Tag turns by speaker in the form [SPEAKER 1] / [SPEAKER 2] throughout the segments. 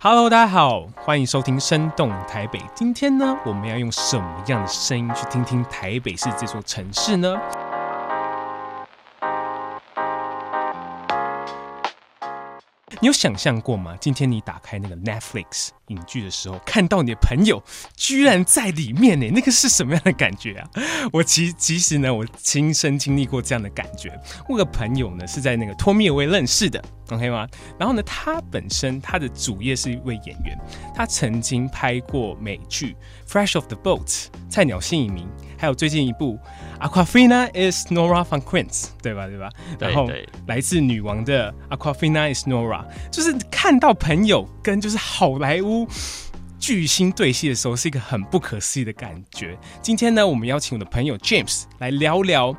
[SPEAKER 1] Hello，大家好，欢迎收听《生动台北》。今天呢，我们要用什么样的声音去听听台北市这座城市呢？你有想象过吗？今天你打开那个 Netflix 影剧的时候，看到你的朋友居然在里面呢，那个是什么样的感觉啊？ 我其其实呢，我亲身经历过这样的感觉。我有个朋友呢是在那个托米尔威认识的，OK 吗？然后呢，他本身他的主业是一位演员，他曾经拍过美剧《Fresh of the Boat》《菜鸟新移民》，还有最近一部《Aquafina is Nora from Queens》，对吧？对吧？
[SPEAKER 2] 对
[SPEAKER 1] 然后
[SPEAKER 2] 对
[SPEAKER 1] 来自女王的 Aquafina is Nora，就是看到朋友跟就是好莱坞巨星对戏的时候，是一个很不可思议的感觉。今天呢，我们邀请我的朋友 James 来聊聊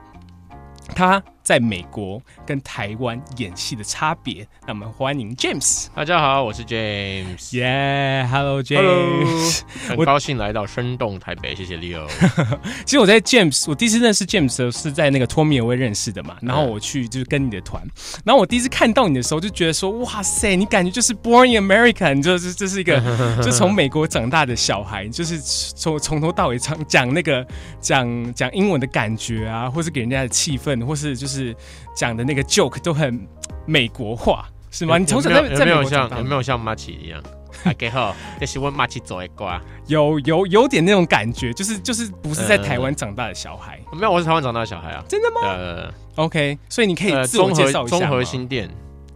[SPEAKER 1] 他在美国跟台湾演戏的差别。那么欢迎 James。
[SPEAKER 2] 大家好，我是 James。
[SPEAKER 1] Yeah，Hello
[SPEAKER 2] Hello，
[SPEAKER 1] James。
[SPEAKER 2] 很高兴来到生动台北，谢谢 Leo。
[SPEAKER 1] 其实我在 James，我第一次认识 James 的时候是在那个托米尔威认识的
[SPEAKER 2] 嗯
[SPEAKER 1] 嘛，然后我去就是跟你的团，然后我第一次看到你的时候就觉得说，哇塞，你感觉就是 born in America，你就是这是一 个就从美国长大的小孩，就是从从头到尾讲讲那个讲讲英文的感觉啊，或是给人家的气氛，或是就是讲的那个 joke 都很美国化，是 吗？你从小在
[SPEAKER 2] 有没有
[SPEAKER 1] 在
[SPEAKER 2] 有
[SPEAKER 1] 美
[SPEAKER 2] 没有
[SPEAKER 1] 国长
[SPEAKER 2] 像
[SPEAKER 1] 大
[SPEAKER 2] 有
[SPEAKER 1] 吗
[SPEAKER 2] 没有像马奇一样？啊，给好，这是我马奇走的啊瓜。
[SPEAKER 1] 有有有点那种感觉，就是就是不是在台
[SPEAKER 2] 嗯
[SPEAKER 1] 湾长大的小孩，
[SPEAKER 2] 没有，我是台湾长大的小 孩啊。
[SPEAKER 1] 真的吗？
[SPEAKER 2] 呃，
[SPEAKER 1] OK，所以你可以
[SPEAKER 2] 呃
[SPEAKER 1] 自我
[SPEAKER 2] 综
[SPEAKER 1] 介
[SPEAKER 2] 合
[SPEAKER 1] 绍一下
[SPEAKER 2] 综合
[SPEAKER 1] 吗
[SPEAKER 2] 新店，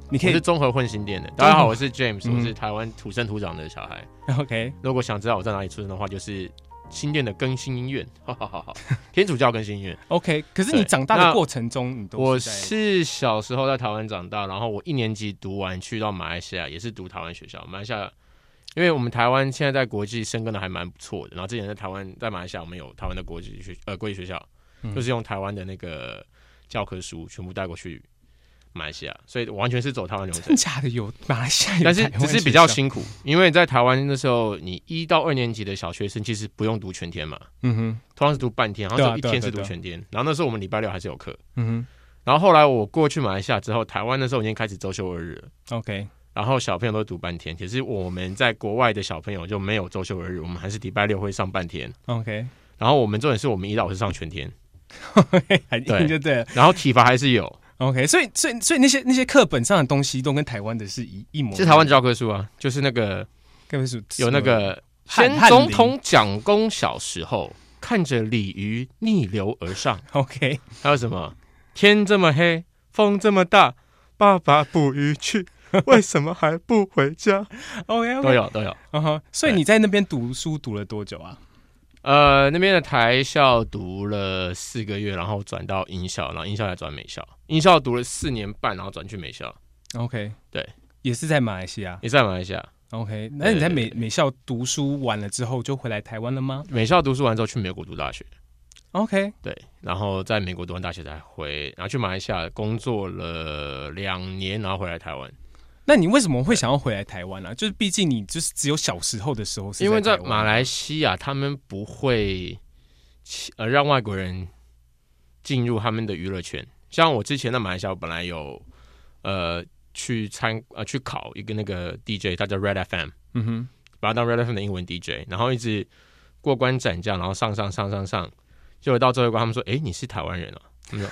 [SPEAKER 1] 你可以
[SPEAKER 2] 我是综合混新店的。大家好，
[SPEAKER 1] 合
[SPEAKER 2] 我是 James，我
[SPEAKER 1] 嗯
[SPEAKER 2] 是台湾土生土长的小孩。
[SPEAKER 1] OK
[SPEAKER 2] 如果想知道我在哪里出生的话，就是新店的更新音院，哈哈哈哈，天主教更新音院。
[SPEAKER 1] OK，可是你
[SPEAKER 2] 对
[SPEAKER 1] 长大的
[SPEAKER 2] 那
[SPEAKER 1] 过程中，你都
[SPEAKER 2] 我
[SPEAKER 1] 在
[SPEAKER 2] 是小时候在台湾长大，然后我一年级读完去到马来西亚，也是读台湾学校。马来西亚，因为我们台湾现在在国际生根的还蛮不错的。然后之前在台湾，在马来西亚我们有台湾的国际学呃国际学校，
[SPEAKER 1] 嗯
[SPEAKER 2] 就是用台湾的那个教科书全部带过去马来西亚，所以完全是走台湾流
[SPEAKER 1] 真
[SPEAKER 2] 程。
[SPEAKER 1] 假的有马来西亚有
[SPEAKER 2] 但是
[SPEAKER 1] 台湾
[SPEAKER 2] 只
[SPEAKER 1] 学
[SPEAKER 2] 是
[SPEAKER 1] 校
[SPEAKER 2] 比较辛苦，因为在台湾那时候，你一到二年级的小学生其实不用读全天嘛，
[SPEAKER 1] 嗯哼
[SPEAKER 2] 通常是读半天，好像只有一
[SPEAKER 1] 对啊对啊
[SPEAKER 2] 天是
[SPEAKER 1] 对
[SPEAKER 2] 读
[SPEAKER 1] 啊
[SPEAKER 2] 全天。然后那时候我们礼拜六还是有课，
[SPEAKER 1] 嗯
[SPEAKER 2] 然后后来我过去马来西亚之后，台湾那时候已经开始周休二日了，
[SPEAKER 1] 哼 OK
[SPEAKER 2] 然后小朋友都读半天。其实我们在国外的小朋友就没有周休二日，我们还是礼拜六会上半天。
[SPEAKER 1] OK
[SPEAKER 2] 然后我们重点是我们一到五是上全天，
[SPEAKER 1] 很硬
[SPEAKER 2] 对
[SPEAKER 1] 就对了
[SPEAKER 2] 然后体罚还是有，
[SPEAKER 1] OK，所以所以所以那些那些课本上的东西都跟台湾的是一一模一样，
[SPEAKER 2] 是台湾教科书啊，就是那个
[SPEAKER 1] 根本是
[SPEAKER 2] 有那个
[SPEAKER 1] 汉
[SPEAKER 2] 先
[SPEAKER 1] 汉
[SPEAKER 2] 总
[SPEAKER 1] 林
[SPEAKER 2] 统蒋公小时候看着鲤鱼逆流而上，
[SPEAKER 1] OK
[SPEAKER 2] 还有什么天这么黑，风这么大，爸爸捕鱼去，为什么还不回家？
[SPEAKER 1] OK
[SPEAKER 2] 都
[SPEAKER 1] OK，
[SPEAKER 2] 有都有。
[SPEAKER 1] 嗯哼，所以
[SPEAKER 2] 对
[SPEAKER 1] 你在那边读书读了多久啊？
[SPEAKER 2] 呃，那边的台校读了四个月，然后转到音校，然后音校再转美校。音校读了四年半，然后转去美校，
[SPEAKER 1] OK
[SPEAKER 2] 对，
[SPEAKER 1] 也是在马来西亚
[SPEAKER 2] 也在马来西亚。
[SPEAKER 1] OK，那你在
[SPEAKER 2] 对
[SPEAKER 1] 美美校读书完了之后就回来台湾了吗
[SPEAKER 2] 美校读书完之后去美国读大学，
[SPEAKER 1] ？OK
[SPEAKER 2] 对，然后在美国读完大学才回，然后去马来西亚工作了两年，然后回来台湾。
[SPEAKER 1] 那你为什么会想要回来台湾呢、啊？就是毕竟你就是只有小时候的时候是
[SPEAKER 2] 因为在
[SPEAKER 1] 台湾
[SPEAKER 2] 马来西亚，他们不会呃让外国人进入他们的娱乐圈。像我之前在马来西亚，我本来有呃去参呃去考一个那个 DJ，他叫 Red FM，
[SPEAKER 1] 嗯哼
[SPEAKER 2] 把它当 Red FM 的英文 DJ，然后一直过关斩将，然后上上上上上，结果到最后一关，他们说：“诶，你是台湾人哦。”他们说：“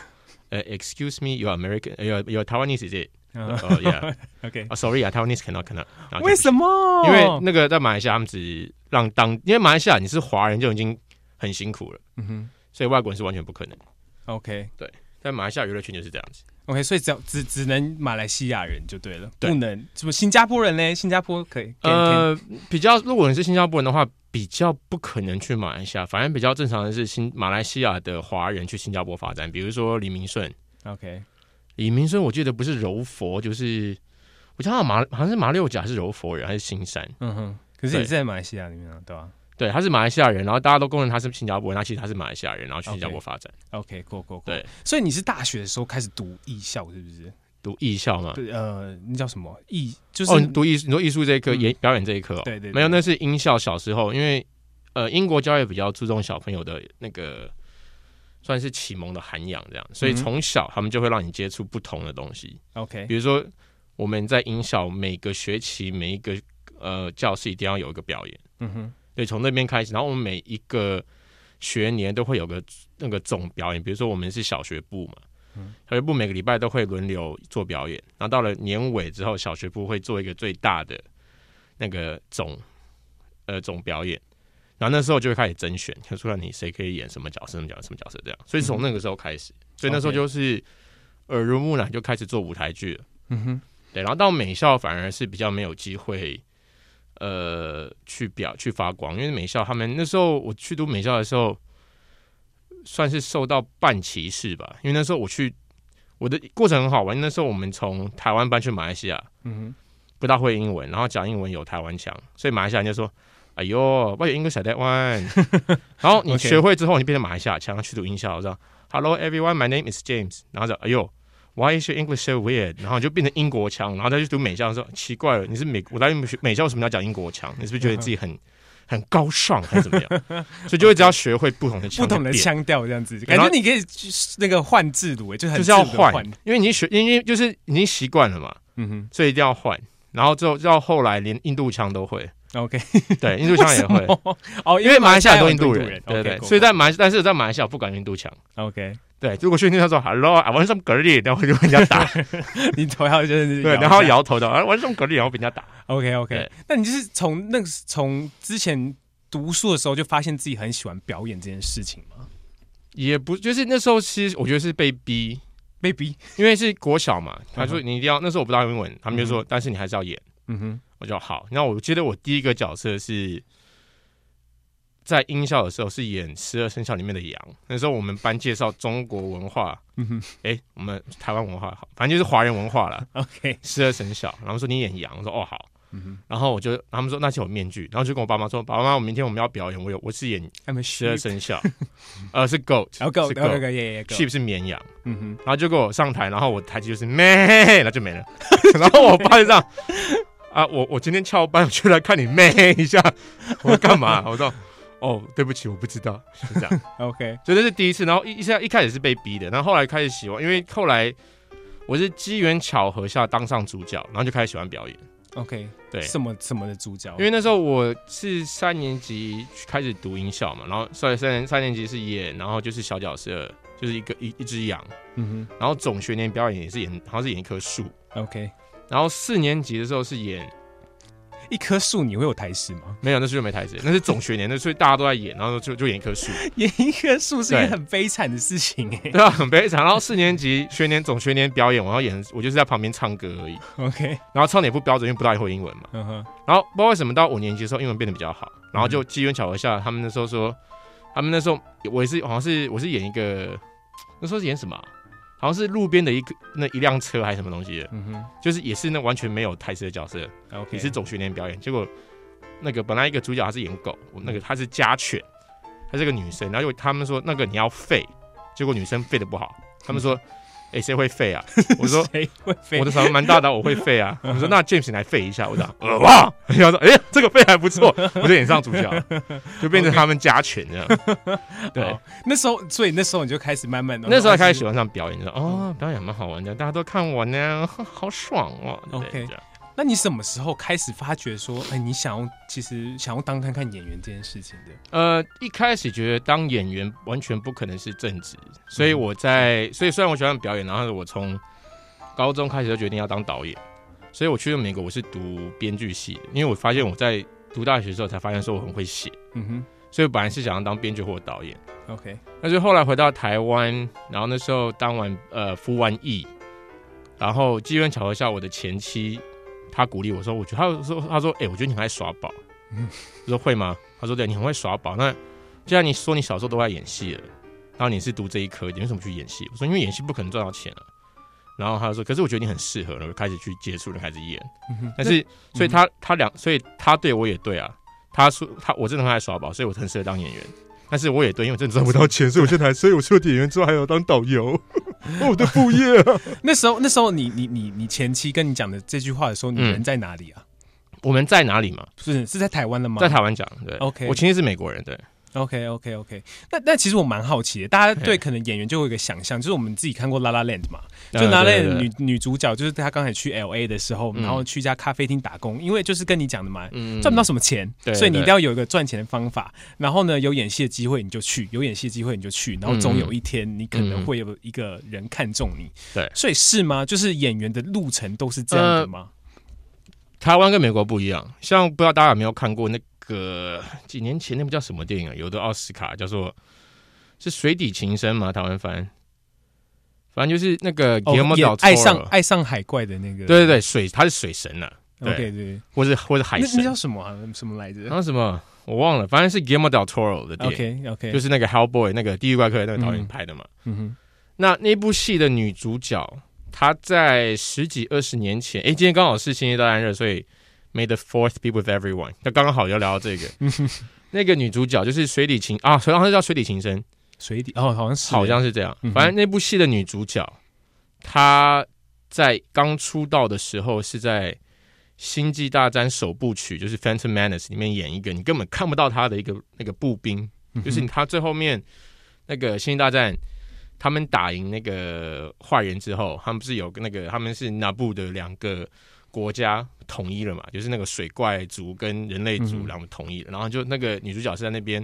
[SPEAKER 2] 呃，Excuse me，you are American，you are you are Taiwanese is it？”
[SPEAKER 1] 嗯
[SPEAKER 2] 哦、yeah，
[SPEAKER 1] ，OK，
[SPEAKER 2] 啊、s o r r y 啊，Taiwanese cannot cannot 然后就。
[SPEAKER 1] 为什么？
[SPEAKER 2] 因为那个在马来西亚，他们只让当，因为马来西亚你是华人就已经很辛苦了，
[SPEAKER 1] 嗯哼
[SPEAKER 2] 所以外国人是完全不可能。
[SPEAKER 1] ，OK
[SPEAKER 2] 在马来西亚娱乐圈就是这样子，
[SPEAKER 1] OK，所以只要只只能马来西亚人就对了，
[SPEAKER 2] 对
[SPEAKER 1] 不能什么新加坡人嘞？新加坡可以，呃，
[SPEAKER 2] 呃，比较如果你是新加坡人的话，比较不可能去马来西亚，反正比较正常的是新马来西亚的华人去新加坡发展，比如说李明顺，
[SPEAKER 1] OK
[SPEAKER 2] 李明顺我记得不是柔佛就是。我记得他马好像是马六甲还是柔佛人还是新山，
[SPEAKER 1] 嗯哼，可是
[SPEAKER 2] 对
[SPEAKER 1] 也是在马来西亚里面啊，对吧、
[SPEAKER 2] 对，他是马来西亚人，然后大家都公认他是新加坡人，他其实他是马来西亚人，然后去新加
[SPEAKER 1] OK
[SPEAKER 2] 坡发展
[SPEAKER 1] o k 过过过。
[SPEAKER 2] 对，
[SPEAKER 1] 所以你是大学的时候开始读艺校，是不是？
[SPEAKER 2] 读艺校嘛，
[SPEAKER 1] 对，呃，那叫什么艺？就是、
[SPEAKER 2] 哦，你读艺术，你说艺术这一科
[SPEAKER 1] 嗯
[SPEAKER 2] 演、表演这一科哦，
[SPEAKER 1] 对对对
[SPEAKER 2] 没有，那是音效。小时候，因为呃，英国教育比较注重小朋友的那个算是启蒙的涵养，这样，所以
[SPEAKER 1] 嗯
[SPEAKER 2] 从小他们就会让你接触不同的东西，
[SPEAKER 1] OK
[SPEAKER 2] 比如说我们在音效每个学期每一个呃教室一定要有一个表演，
[SPEAKER 1] 嗯哼，
[SPEAKER 2] 对，从那边开始，然后我们每一个学年都会有个那个总表演，比如说我们是小学部嘛，
[SPEAKER 1] 嗯
[SPEAKER 2] 小学部每个礼拜都会轮流做表演，然后到了年尾之后，小学部会做一个最大的那个总呃总表演，然后那时候就会开始甄选，就说你谁可以演什么角色、什么角色、什么角色这样，所以从那个时候开始，所以那时候
[SPEAKER 1] OK
[SPEAKER 2] 就是耳濡目染就开始做舞台剧了。
[SPEAKER 1] 嗯哼，
[SPEAKER 2] 对，然后到美校反而是比较没有机会，呃，去表去发光，因为美校他们那时候我去读美校的时候，算是受到半歧视吧，因为那时候我去，我的过程很好玩，那时候我们从台湾搬去马来西亚，
[SPEAKER 1] 嗯
[SPEAKER 2] 不大会英文，然后讲英文有台湾腔，所以马来西亚人就说。哎呦，不有 English 台湾，然后你
[SPEAKER 1] OK
[SPEAKER 2] 学会之后，你变成马来西亚腔，去读音效，这样 Hello everyone, my name is James，然后就哎呦，Why is your English so weird？然后你就变成英国腔，然后再去读美校，说奇怪了，你是美，我来美美校为什么要讲英国腔？你是不是觉得自己 很很高尚还是怎么样？所以就会只 要学会不同的
[SPEAKER 1] 哼，
[SPEAKER 2] 腔，
[SPEAKER 1] 不同的，腔调这样子，感
[SPEAKER 2] 然
[SPEAKER 1] 觉
[SPEAKER 2] 后
[SPEAKER 1] 你可以去那个换制度，哎，就很
[SPEAKER 2] 就是要
[SPEAKER 1] 自如地
[SPEAKER 2] 换，因为你学，因为就是已经习惯了嘛，
[SPEAKER 1] 嗯
[SPEAKER 2] 所以一定要换。然后之后到后来连印度腔都会，
[SPEAKER 1] 哼，OK，
[SPEAKER 2] 对，印度腔 也会。
[SPEAKER 1] 哦，
[SPEAKER 2] 因为马来西亚很多
[SPEAKER 1] 有
[SPEAKER 2] 印度
[SPEAKER 1] 人
[SPEAKER 2] 人，，对对，
[SPEAKER 1] OK，
[SPEAKER 2] 所以在马来，但是在马来西亚我不敢印度腔。
[SPEAKER 1] OK，
[SPEAKER 2] 对，如果去印度腔说 “Hello，I want some curry”，然后我就被人家打，
[SPEAKER 1] 你头要就是
[SPEAKER 2] 对，然后摇头的，“I want some curry”，然后被人家打。
[SPEAKER 1] OK OK，
[SPEAKER 2] 对
[SPEAKER 1] 那你就是从那个从之前读书的时候就发现自己很喜欢表演这件事情吗
[SPEAKER 2] 也不就是那时候，其实我觉得是被逼，
[SPEAKER 1] ？Baby，
[SPEAKER 2] 因为是国小嘛，他说你一定要，那时候我不知道英文，他们就说，但是你还是要演。
[SPEAKER 1] 嗯哼，
[SPEAKER 2] 我就好，那我记得我第一个角色是在音效的时候是演《十二生肖》里面的羊。那时候我们班介绍中国文化，
[SPEAKER 1] 嗯哼
[SPEAKER 2] 哎、我们台湾文化好，反正就是华人文化啦。
[SPEAKER 1] ，OK，
[SPEAKER 2] 十二生肖，然后说你演羊，我说哦好，
[SPEAKER 1] 嗯哼
[SPEAKER 2] 然后我就他们说那就有面具，然后就跟我爸妈说，爸爸妈妈，我明天我们要表演，我有我是演
[SPEAKER 1] ，I'm a
[SPEAKER 2] 十二
[SPEAKER 1] sheep，
[SPEAKER 2] 生肖，呃是 goat，
[SPEAKER 1] 然后 go
[SPEAKER 2] 是
[SPEAKER 1] go go go yeah yeah go，
[SPEAKER 2] sheep 是绵羊，
[SPEAKER 1] 嗯哼，
[SPEAKER 2] 然后就给我上台，然后我台词就是妹，然后就 没了，然后我爸就这样。啊，我我今天翘班，我就来看你妹一 下。我说干嘛？我说哦，对不起，我不知道，就这样。
[SPEAKER 1] ，OK，
[SPEAKER 2] 所以这是第一次，然后一一下一开始是被逼的，然后后来开始喜欢，因为后来我是机缘巧合下当上主角，然后就开始喜欢表演。
[SPEAKER 1] OK，
[SPEAKER 2] 对
[SPEAKER 1] 什么什么的主角？
[SPEAKER 2] 因为那时候我是三年级开始读音效嘛，然后所以三年三年级是演，然后就是小角色，就是一个一一只羊，
[SPEAKER 1] 嗯
[SPEAKER 2] 然后总学年表演也是演，好像是演一棵树，
[SPEAKER 1] 哼，OK，
[SPEAKER 2] 然后四年级的时候是演
[SPEAKER 1] 一棵树你会有台词吗？
[SPEAKER 2] 没有，那时候就没 台词，那是总学年，那所以大家都在演，然后就 就演一棵树，
[SPEAKER 1] 演一棵树是一个
[SPEAKER 2] 对
[SPEAKER 1] 很悲惨的事情哎
[SPEAKER 2] 对啊，很悲惨。然后四年级学年总学年表演，我要演，我就是在旁边唱歌而已，
[SPEAKER 1] ，OK，
[SPEAKER 2] 然后唱的也不标准，因为不大会英文嘛。
[SPEAKER 1] 嗯哼，
[SPEAKER 2] 然后不知道为什么到五年级的时候英文变得比较好，然后就机缘巧合下，他们那时候说，他们那时候我也是好像是我是演一个那时候是演什么啊、好像是路边的一个那一辆车还是什么东西的，
[SPEAKER 1] 嗯哼
[SPEAKER 2] 就是也是那完全没有台词的角色，
[SPEAKER 1] ，OK，
[SPEAKER 2] 也是总训练表演。结果那个本来一个主角他是演狗，我那个他是家犬，他是个女生，然后就他们说那个你要吠，结果女生吠的不好，他们说，哎、谁会吠啊？我说
[SPEAKER 1] 谁会飞
[SPEAKER 2] 我的嗓门蛮大的，我会废啊。我说那 James 你来废一下，我讲呃哇，然后说哎、这个废还不错，我就演上主角，就变成他们家犬这样。对
[SPEAKER 1] 哦，那时候，所以那时候你就开始慢慢的，
[SPEAKER 2] 那时候开始喜欢上表演，就说哦表演蛮好玩的，大家都看我呢，好爽哦。
[SPEAKER 1] OK
[SPEAKER 2] 对，这样
[SPEAKER 1] 那你什么时候开始发觉说，哎、你想要其实想要当看看演员这件事情的？
[SPEAKER 2] 呃一开始觉得当演员完全不可能是正职，所以我在所以虽然我喜欢表演，然后我从高中开始就决定要当导演，所以我去了美国我是读编剧系的，因为我发现我在读大学的时候才发现说我很会写。
[SPEAKER 1] 嗯
[SPEAKER 2] 所以本来是想要当编剧或导演，
[SPEAKER 1] 哼，OK，
[SPEAKER 2] 但是后来回到台湾，然后那时候当完呃服完役，然后机缘巧合下，我的前妻她鼓励我说，我觉得她说她说，哎、我觉得你很爱耍宝，我说会吗？她说对，你很会耍宝。那既然你说你小时候都爱演戏了，然后你是读这一科，你为什么去演戏？我说因为演戏不可能赚到钱啊。然后她就说，可是我觉得你很适合，然后就开始去接触，就开始演。
[SPEAKER 1] 嗯哼，
[SPEAKER 2] 但是，所以他他两，所以他对我也对啊。他说他我真的很爱耍宝，所以我很适合当演员。但是我也对，因为我真的赚不到钱，所以我现在，所以我除了演员之外，还要当导游， 我的副业、啊。
[SPEAKER 1] 那时候那时候你你你你前妻跟你讲的这句话的时候，你
[SPEAKER 2] 嗯
[SPEAKER 1] 人在哪里啊？
[SPEAKER 2] 我们在哪里嘛？
[SPEAKER 1] 不是是在台湾的吗？
[SPEAKER 2] 在台湾讲，对
[SPEAKER 1] OK
[SPEAKER 2] 我前妻是美国人，对，
[SPEAKER 1] OK OK OK，那那其实我蛮好奇的，大家对
[SPEAKER 2] 嘿
[SPEAKER 1] 可能演员就会有一个想象，就是我们自己看过《La La Land》嘛，就
[SPEAKER 2] 呃
[SPEAKER 1] 《La La
[SPEAKER 2] 对
[SPEAKER 1] Land
[SPEAKER 2] 对》对
[SPEAKER 1] 女女主角就是她刚才去 L A 的时候，
[SPEAKER 2] 嗯
[SPEAKER 1] 然后去一家咖啡厅打工，因为就是跟你讲的嘛，
[SPEAKER 2] 嗯
[SPEAKER 1] 赚不到什么钱，
[SPEAKER 2] 对
[SPEAKER 1] 所以你一
[SPEAKER 2] 对
[SPEAKER 1] 定要有一个赚钱的方法。然后呢，有演戏的机会你就去，有演戏的机会你就去，然后总有一天你可能会有一个人看中你。
[SPEAKER 2] 对
[SPEAKER 1] 所以是吗？就是演员的路程都是这样的吗？
[SPEAKER 2] 台湾跟美国不一样，像不知道大家有没有看过那个几年前那部叫什么电影啊？有的奥斯卡叫做是《水底情深》吗？台湾翻，反正就是那个
[SPEAKER 1] 哦
[SPEAKER 2] 吉尔莫
[SPEAKER 1] 演
[SPEAKER 2] 岛
[SPEAKER 1] 爱上爱上海怪的那个，
[SPEAKER 2] 对对对，水他是水神啊，对
[SPEAKER 1] ，OK 对，
[SPEAKER 2] 或是或是海
[SPEAKER 1] 那那
[SPEAKER 2] 神
[SPEAKER 1] 叫，什么啊？什么来着
[SPEAKER 2] 然后什么我忘了，反正是 Guillermo del Toro 的电影
[SPEAKER 1] ？OK OK，
[SPEAKER 2] 就是那个 Hellboy 那个地狱怪客那个导演
[SPEAKER 1] 嗯
[SPEAKER 2] 拍的嘛。
[SPEAKER 1] 嗯哼。
[SPEAKER 2] 那那部戏的女主角，她在十几二十年前，诶，今天刚好是星期大战日，所以 May the Fourth be with everyone。那刚刚好要 聊到这个，那个女主角就是水底情啊，好像是叫水底情深，
[SPEAKER 1] 水底哦，好像是
[SPEAKER 2] 好像是这样
[SPEAKER 1] 嗯哼。
[SPEAKER 2] 反正那部戏的女主角，她在刚出道的时候是在《星际大战》首部曲，就是《Phantom Menace》里面演一个你根本看不到她的一个那个步
[SPEAKER 1] 嗯
[SPEAKER 2] 兵，就是你她最后面那个《星际大战》。他们打赢那个坏人之后，他们不是有那个他们是纳布的两个国家统一了嘛？就是那个水怪族跟人类
[SPEAKER 1] 嗯
[SPEAKER 2] 族
[SPEAKER 1] 哼
[SPEAKER 2] 两个统一了，然后就那个女主角是在那边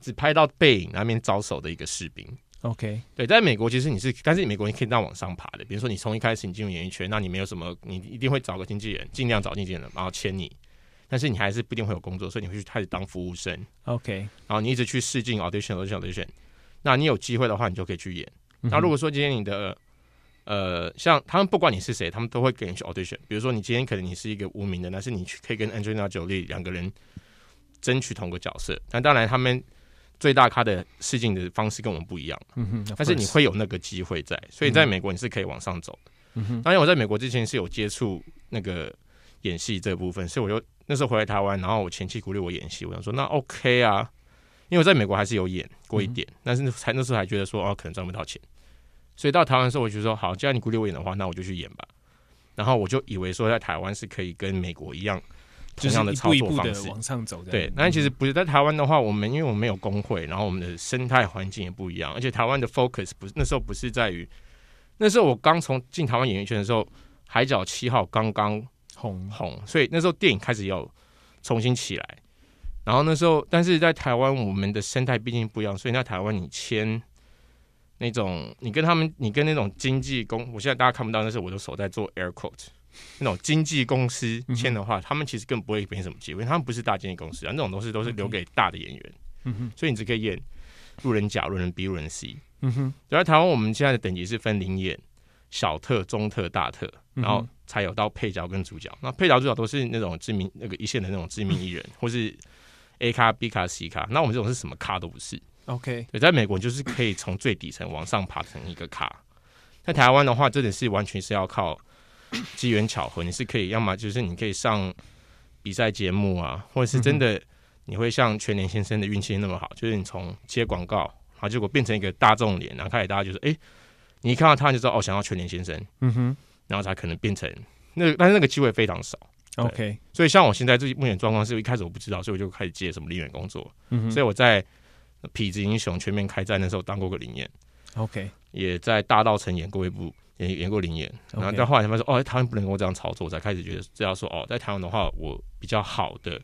[SPEAKER 2] 只拍到背影那边招手的一个士兵，
[SPEAKER 1] OK，
[SPEAKER 2] 对，在美国其实你是，但是美国你可以这样往上爬的。比如说你从一开始你进入演艺圈，那你没有什么，你一定会找个经纪人，尽量找经纪人，然后签你。但是你还是不一定会有工作，所以你会去开始当服务生，
[SPEAKER 1] OK，
[SPEAKER 2] 然后你一直去试镜 audition audition audition。那你有机会的话，你就可以去演。
[SPEAKER 1] 嗯哼
[SPEAKER 2] 那如果说今天你的呃，像他们不管你是谁，他们都会给你去 audition。比如说你今天可能你是一个无名的，但是你去可以跟 Angelina Jolie 两个人争取同个角色。但当然，他们最大咖的试镜的方式跟我们不一样。
[SPEAKER 1] 嗯哼，
[SPEAKER 2] 但是你
[SPEAKER 1] of
[SPEAKER 2] 会有那个机会在，所以在美国你是可以往上走的。
[SPEAKER 1] 嗯哼
[SPEAKER 2] 当然，我在美国之前是有接触那个演戏这部分，所以我就那时候回来台湾，然后我前妻鼓励我演戏，我想说那 OK 啊，因为我在美国还是有演过一点，
[SPEAKER 1] 嗯
[SPEAKER 2] 但是才那时候还觉得说哦，可能赚不到钱，所以到台湾的时候我就说好，既然你鼓励我演的话，那我就去演吧。然后我就以为说在台湾是可以跟美国一样
[SPEAKER 1] course，就
[SPEAKER 2] 同样的
[SPEAKER 1] 是一
[SPEAKER 2] 操
[SPEAKER 1] 步一
[SPEAKER 2] 作
[SPEAKER 1] 步
[SPEAKER 2] 方
[SPEAKER 1] 的
[SPEAKER 2] 式，
[SPEAKER 1] 往上走的。
[SPEAKER 2] 对，但其实不是在台湾的话，我们因为我们没有工会，然后我们的生态环境也不一样，而且台湾的 focus 不是那时候不是在于，那时候我刚从进台湾演艺圈的时候，《海角七号》刚刚
[SPEAKER 1] 红
[SPEAKER 2] 红，所以那时候电影开始要重新起来。然后那时候，但是在台湾，我们的生态毕竟不一样，所以在台湾你签那种，你跟他们，你跟那种经纪公，我现在大家看不到，但是我的手在做
[SPEAKER 1] 嗯
[SPEAKER 2] air quote，那种经纪公司签的话，他们其实更不会给你什么机会，因为他们不是大经纪公司啊，那种东西都是留给大的演员
[SPEAKER 1] 嗯哼
[SPEAKER 2] 所以你只可以演路人甲、路人 B、路人 C。
[SPEAKER 1] 嗯哼，
[SPEAKER 2] 对，啊在台湾我们现在的等级是分零演、小特、中特、大特，
[SPEAKER 1] 嗯哼
[SPEAKER 2] 然后才有到配角跟主角。那配角、主角都是那种知名那个一线的那种知名 艺人，或是 A 咖、B 咖、C 咖。那我们这种是什么咖都不是。
[SPEAKER 1] OK，
[SPEAKER 2] 对，在美国就是可以从最底层往上爬成一个咖。在台湾的话，真的是完全是要靠机缘巧合，你是可以，要么就是你可以上比赛节目啊，或者是真
[SPEAKER 1] 嗯
[SPEAKER 2] 的你会像全联先生的运气那么好，就是你从接广告，然后结果变成一个大众脸，然后开始大家就说，诶，你一看到他你就知道哦，想要全联先生，
[SPEAKER 1] 嗯哼
[SPEAKER 2] 然后才可能变成那个，但是那个机会非常少。
[SPEAKER 1] ，OK，
[SPEAKER 2] 所以像我现在最目前的状况是，一开始我不知道，所以我就开始接什么零演工作。
[SPEAKER 1] 嗯哼
[SPEAKER 2] 所以我在痞子英雄全面开战的时候当过个零演，
[SPEAKER 1] ，OK，
[SPEAKER 2] 也在大道城演过一部演演过零演，然后
[SPEAKER 1] OK
[SPEAKER 2] 到后来他们说，哦，台湾不能够这样操作，我才开始觉得这样说，哦，在台湾的话，我比较好的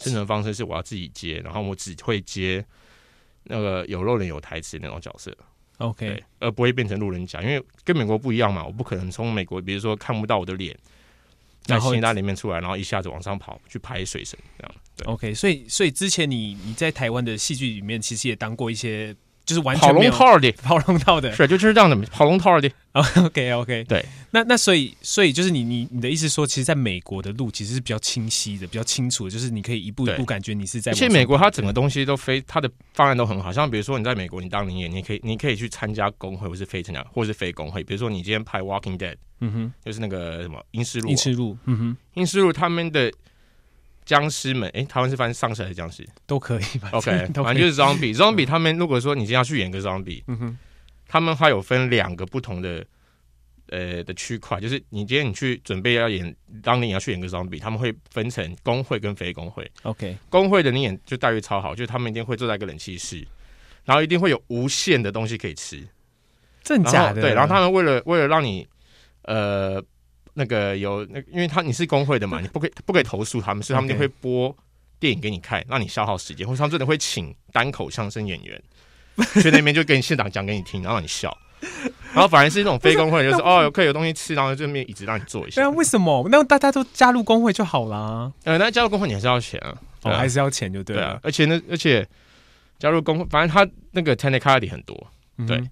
[SPEAKER 2] 生存方式是我要自己接，然后我只会接那个有肉人有台词那种角色，
[SPEAKER 1] OK，
[SPEAKER 2] 对，而不会变成路人甲，因为跟美国不一样嘛，我不可能从美国，比如说看不到我的脸。在
[SPEAKER 1] 然后
[SPEAKER 2] 新大里面出来，然后一下子往上跑去拍水神，这样对
[SPEAKER 1] OK，所以所以之前你你在台湾的戏剧里面，其实也当过一些就是完
[SPEAKER 2] 跑
[SPEAKER 1] 全没有
[SPEAKER 2] 龙套的，
[SPEAKER 1] 跑龙套的。
[SPEAKER 2] 是啊就就是这样的，跑龙套的。
[SPEAKER 1] OK OK，
[SPEAKER 2] 对，
[SPEAKER 1] 那那所以所以就是你你你的意思说，其实在美国的路其实是比较清晰的，比较清楚的，就是你可以一步一步
[SPEAKER 2] 对
[SPEAKER 1] 感觉你是在往
[SPEAKER 2] 而且
[SPEAKER 1] 上爬的。
[SPEAKER 2] 美国它整个东西都非它的方案都很好，像比如说你在美国你当领演，你可以你可以去参加工会，或是非参加，或是非工会。比如说你今天拍《Walking Dead》，
[SPEAKER 1] 嗯哼，
[SPEAKER 2] 就是那个什么英斯路啊
[SPEAKER 1] 一，次路，嗯哼，
[SPEAKER 2] 英斯路他们的僵尸们，诶，台湾是翻丧尸还是僵尸
[SPEAKER 1] 都可以吧
[SPEAKER 2] ？OK，
[SPEAKER 1] 都可
[SPEAKER 2] 反正
[SPEAKER 1] 以嗯
[SPEAKER 2] 就是嗯 zombie，zombie 他们如果说你今天要去演个 zombie，
[SPEAKER 1] 嗯哼
[SPEAKER 2] 他们还有分两个不同的呃的区块，就是你今天你去准备要演，当年你要去演个 zombie，他们会分成工会跟非工会。
[SPEAKER 1] OK，
[SPEAKER 2] 工会的你演就待遇超好，就是他们一定会坐在一个冷气室，然后一定会有无限的东西可以吃。
[SPEAKER 1] 真的假
[SPEAKER 2] 然后
[SPEAKER 1] 的？
[SPEAKER 2] 对，然后他们为了为了让你呃那个有那个因为他你是工会的嘛，你不可以不可以投诉他们，所以他们就
[SPEAKER 1] OK
[SPEAKER 2] 会播电影给你看，让你消耗时间，或者他们真的会请单口相声演员去那边就给你现场讲给你听，然后让你笑。然后反而是那种非工会，就是哦，可以有东西吃，然后这边椅子让你坐一
[SPEAKER 1] 对
[SPEAKER 2] 下
[SPEAKER 1] 啊，。为什么？那大家都加入工会就好啦。
[SPEAKER 2] 呃，那加入工会你还是要钱啊，对
[SPEAKER 1] 哦，
[SPEAKER 2] 啊
[SPEAKER 1] 还是要钱就对
[SPEAKER 2] 对啊
[SPEAKER 1] 了。，
[SPEAKER 2] 而且呢，而且加入工会，反正他那个 technicality 很多。对
[SPEAKER 1] 嗯哼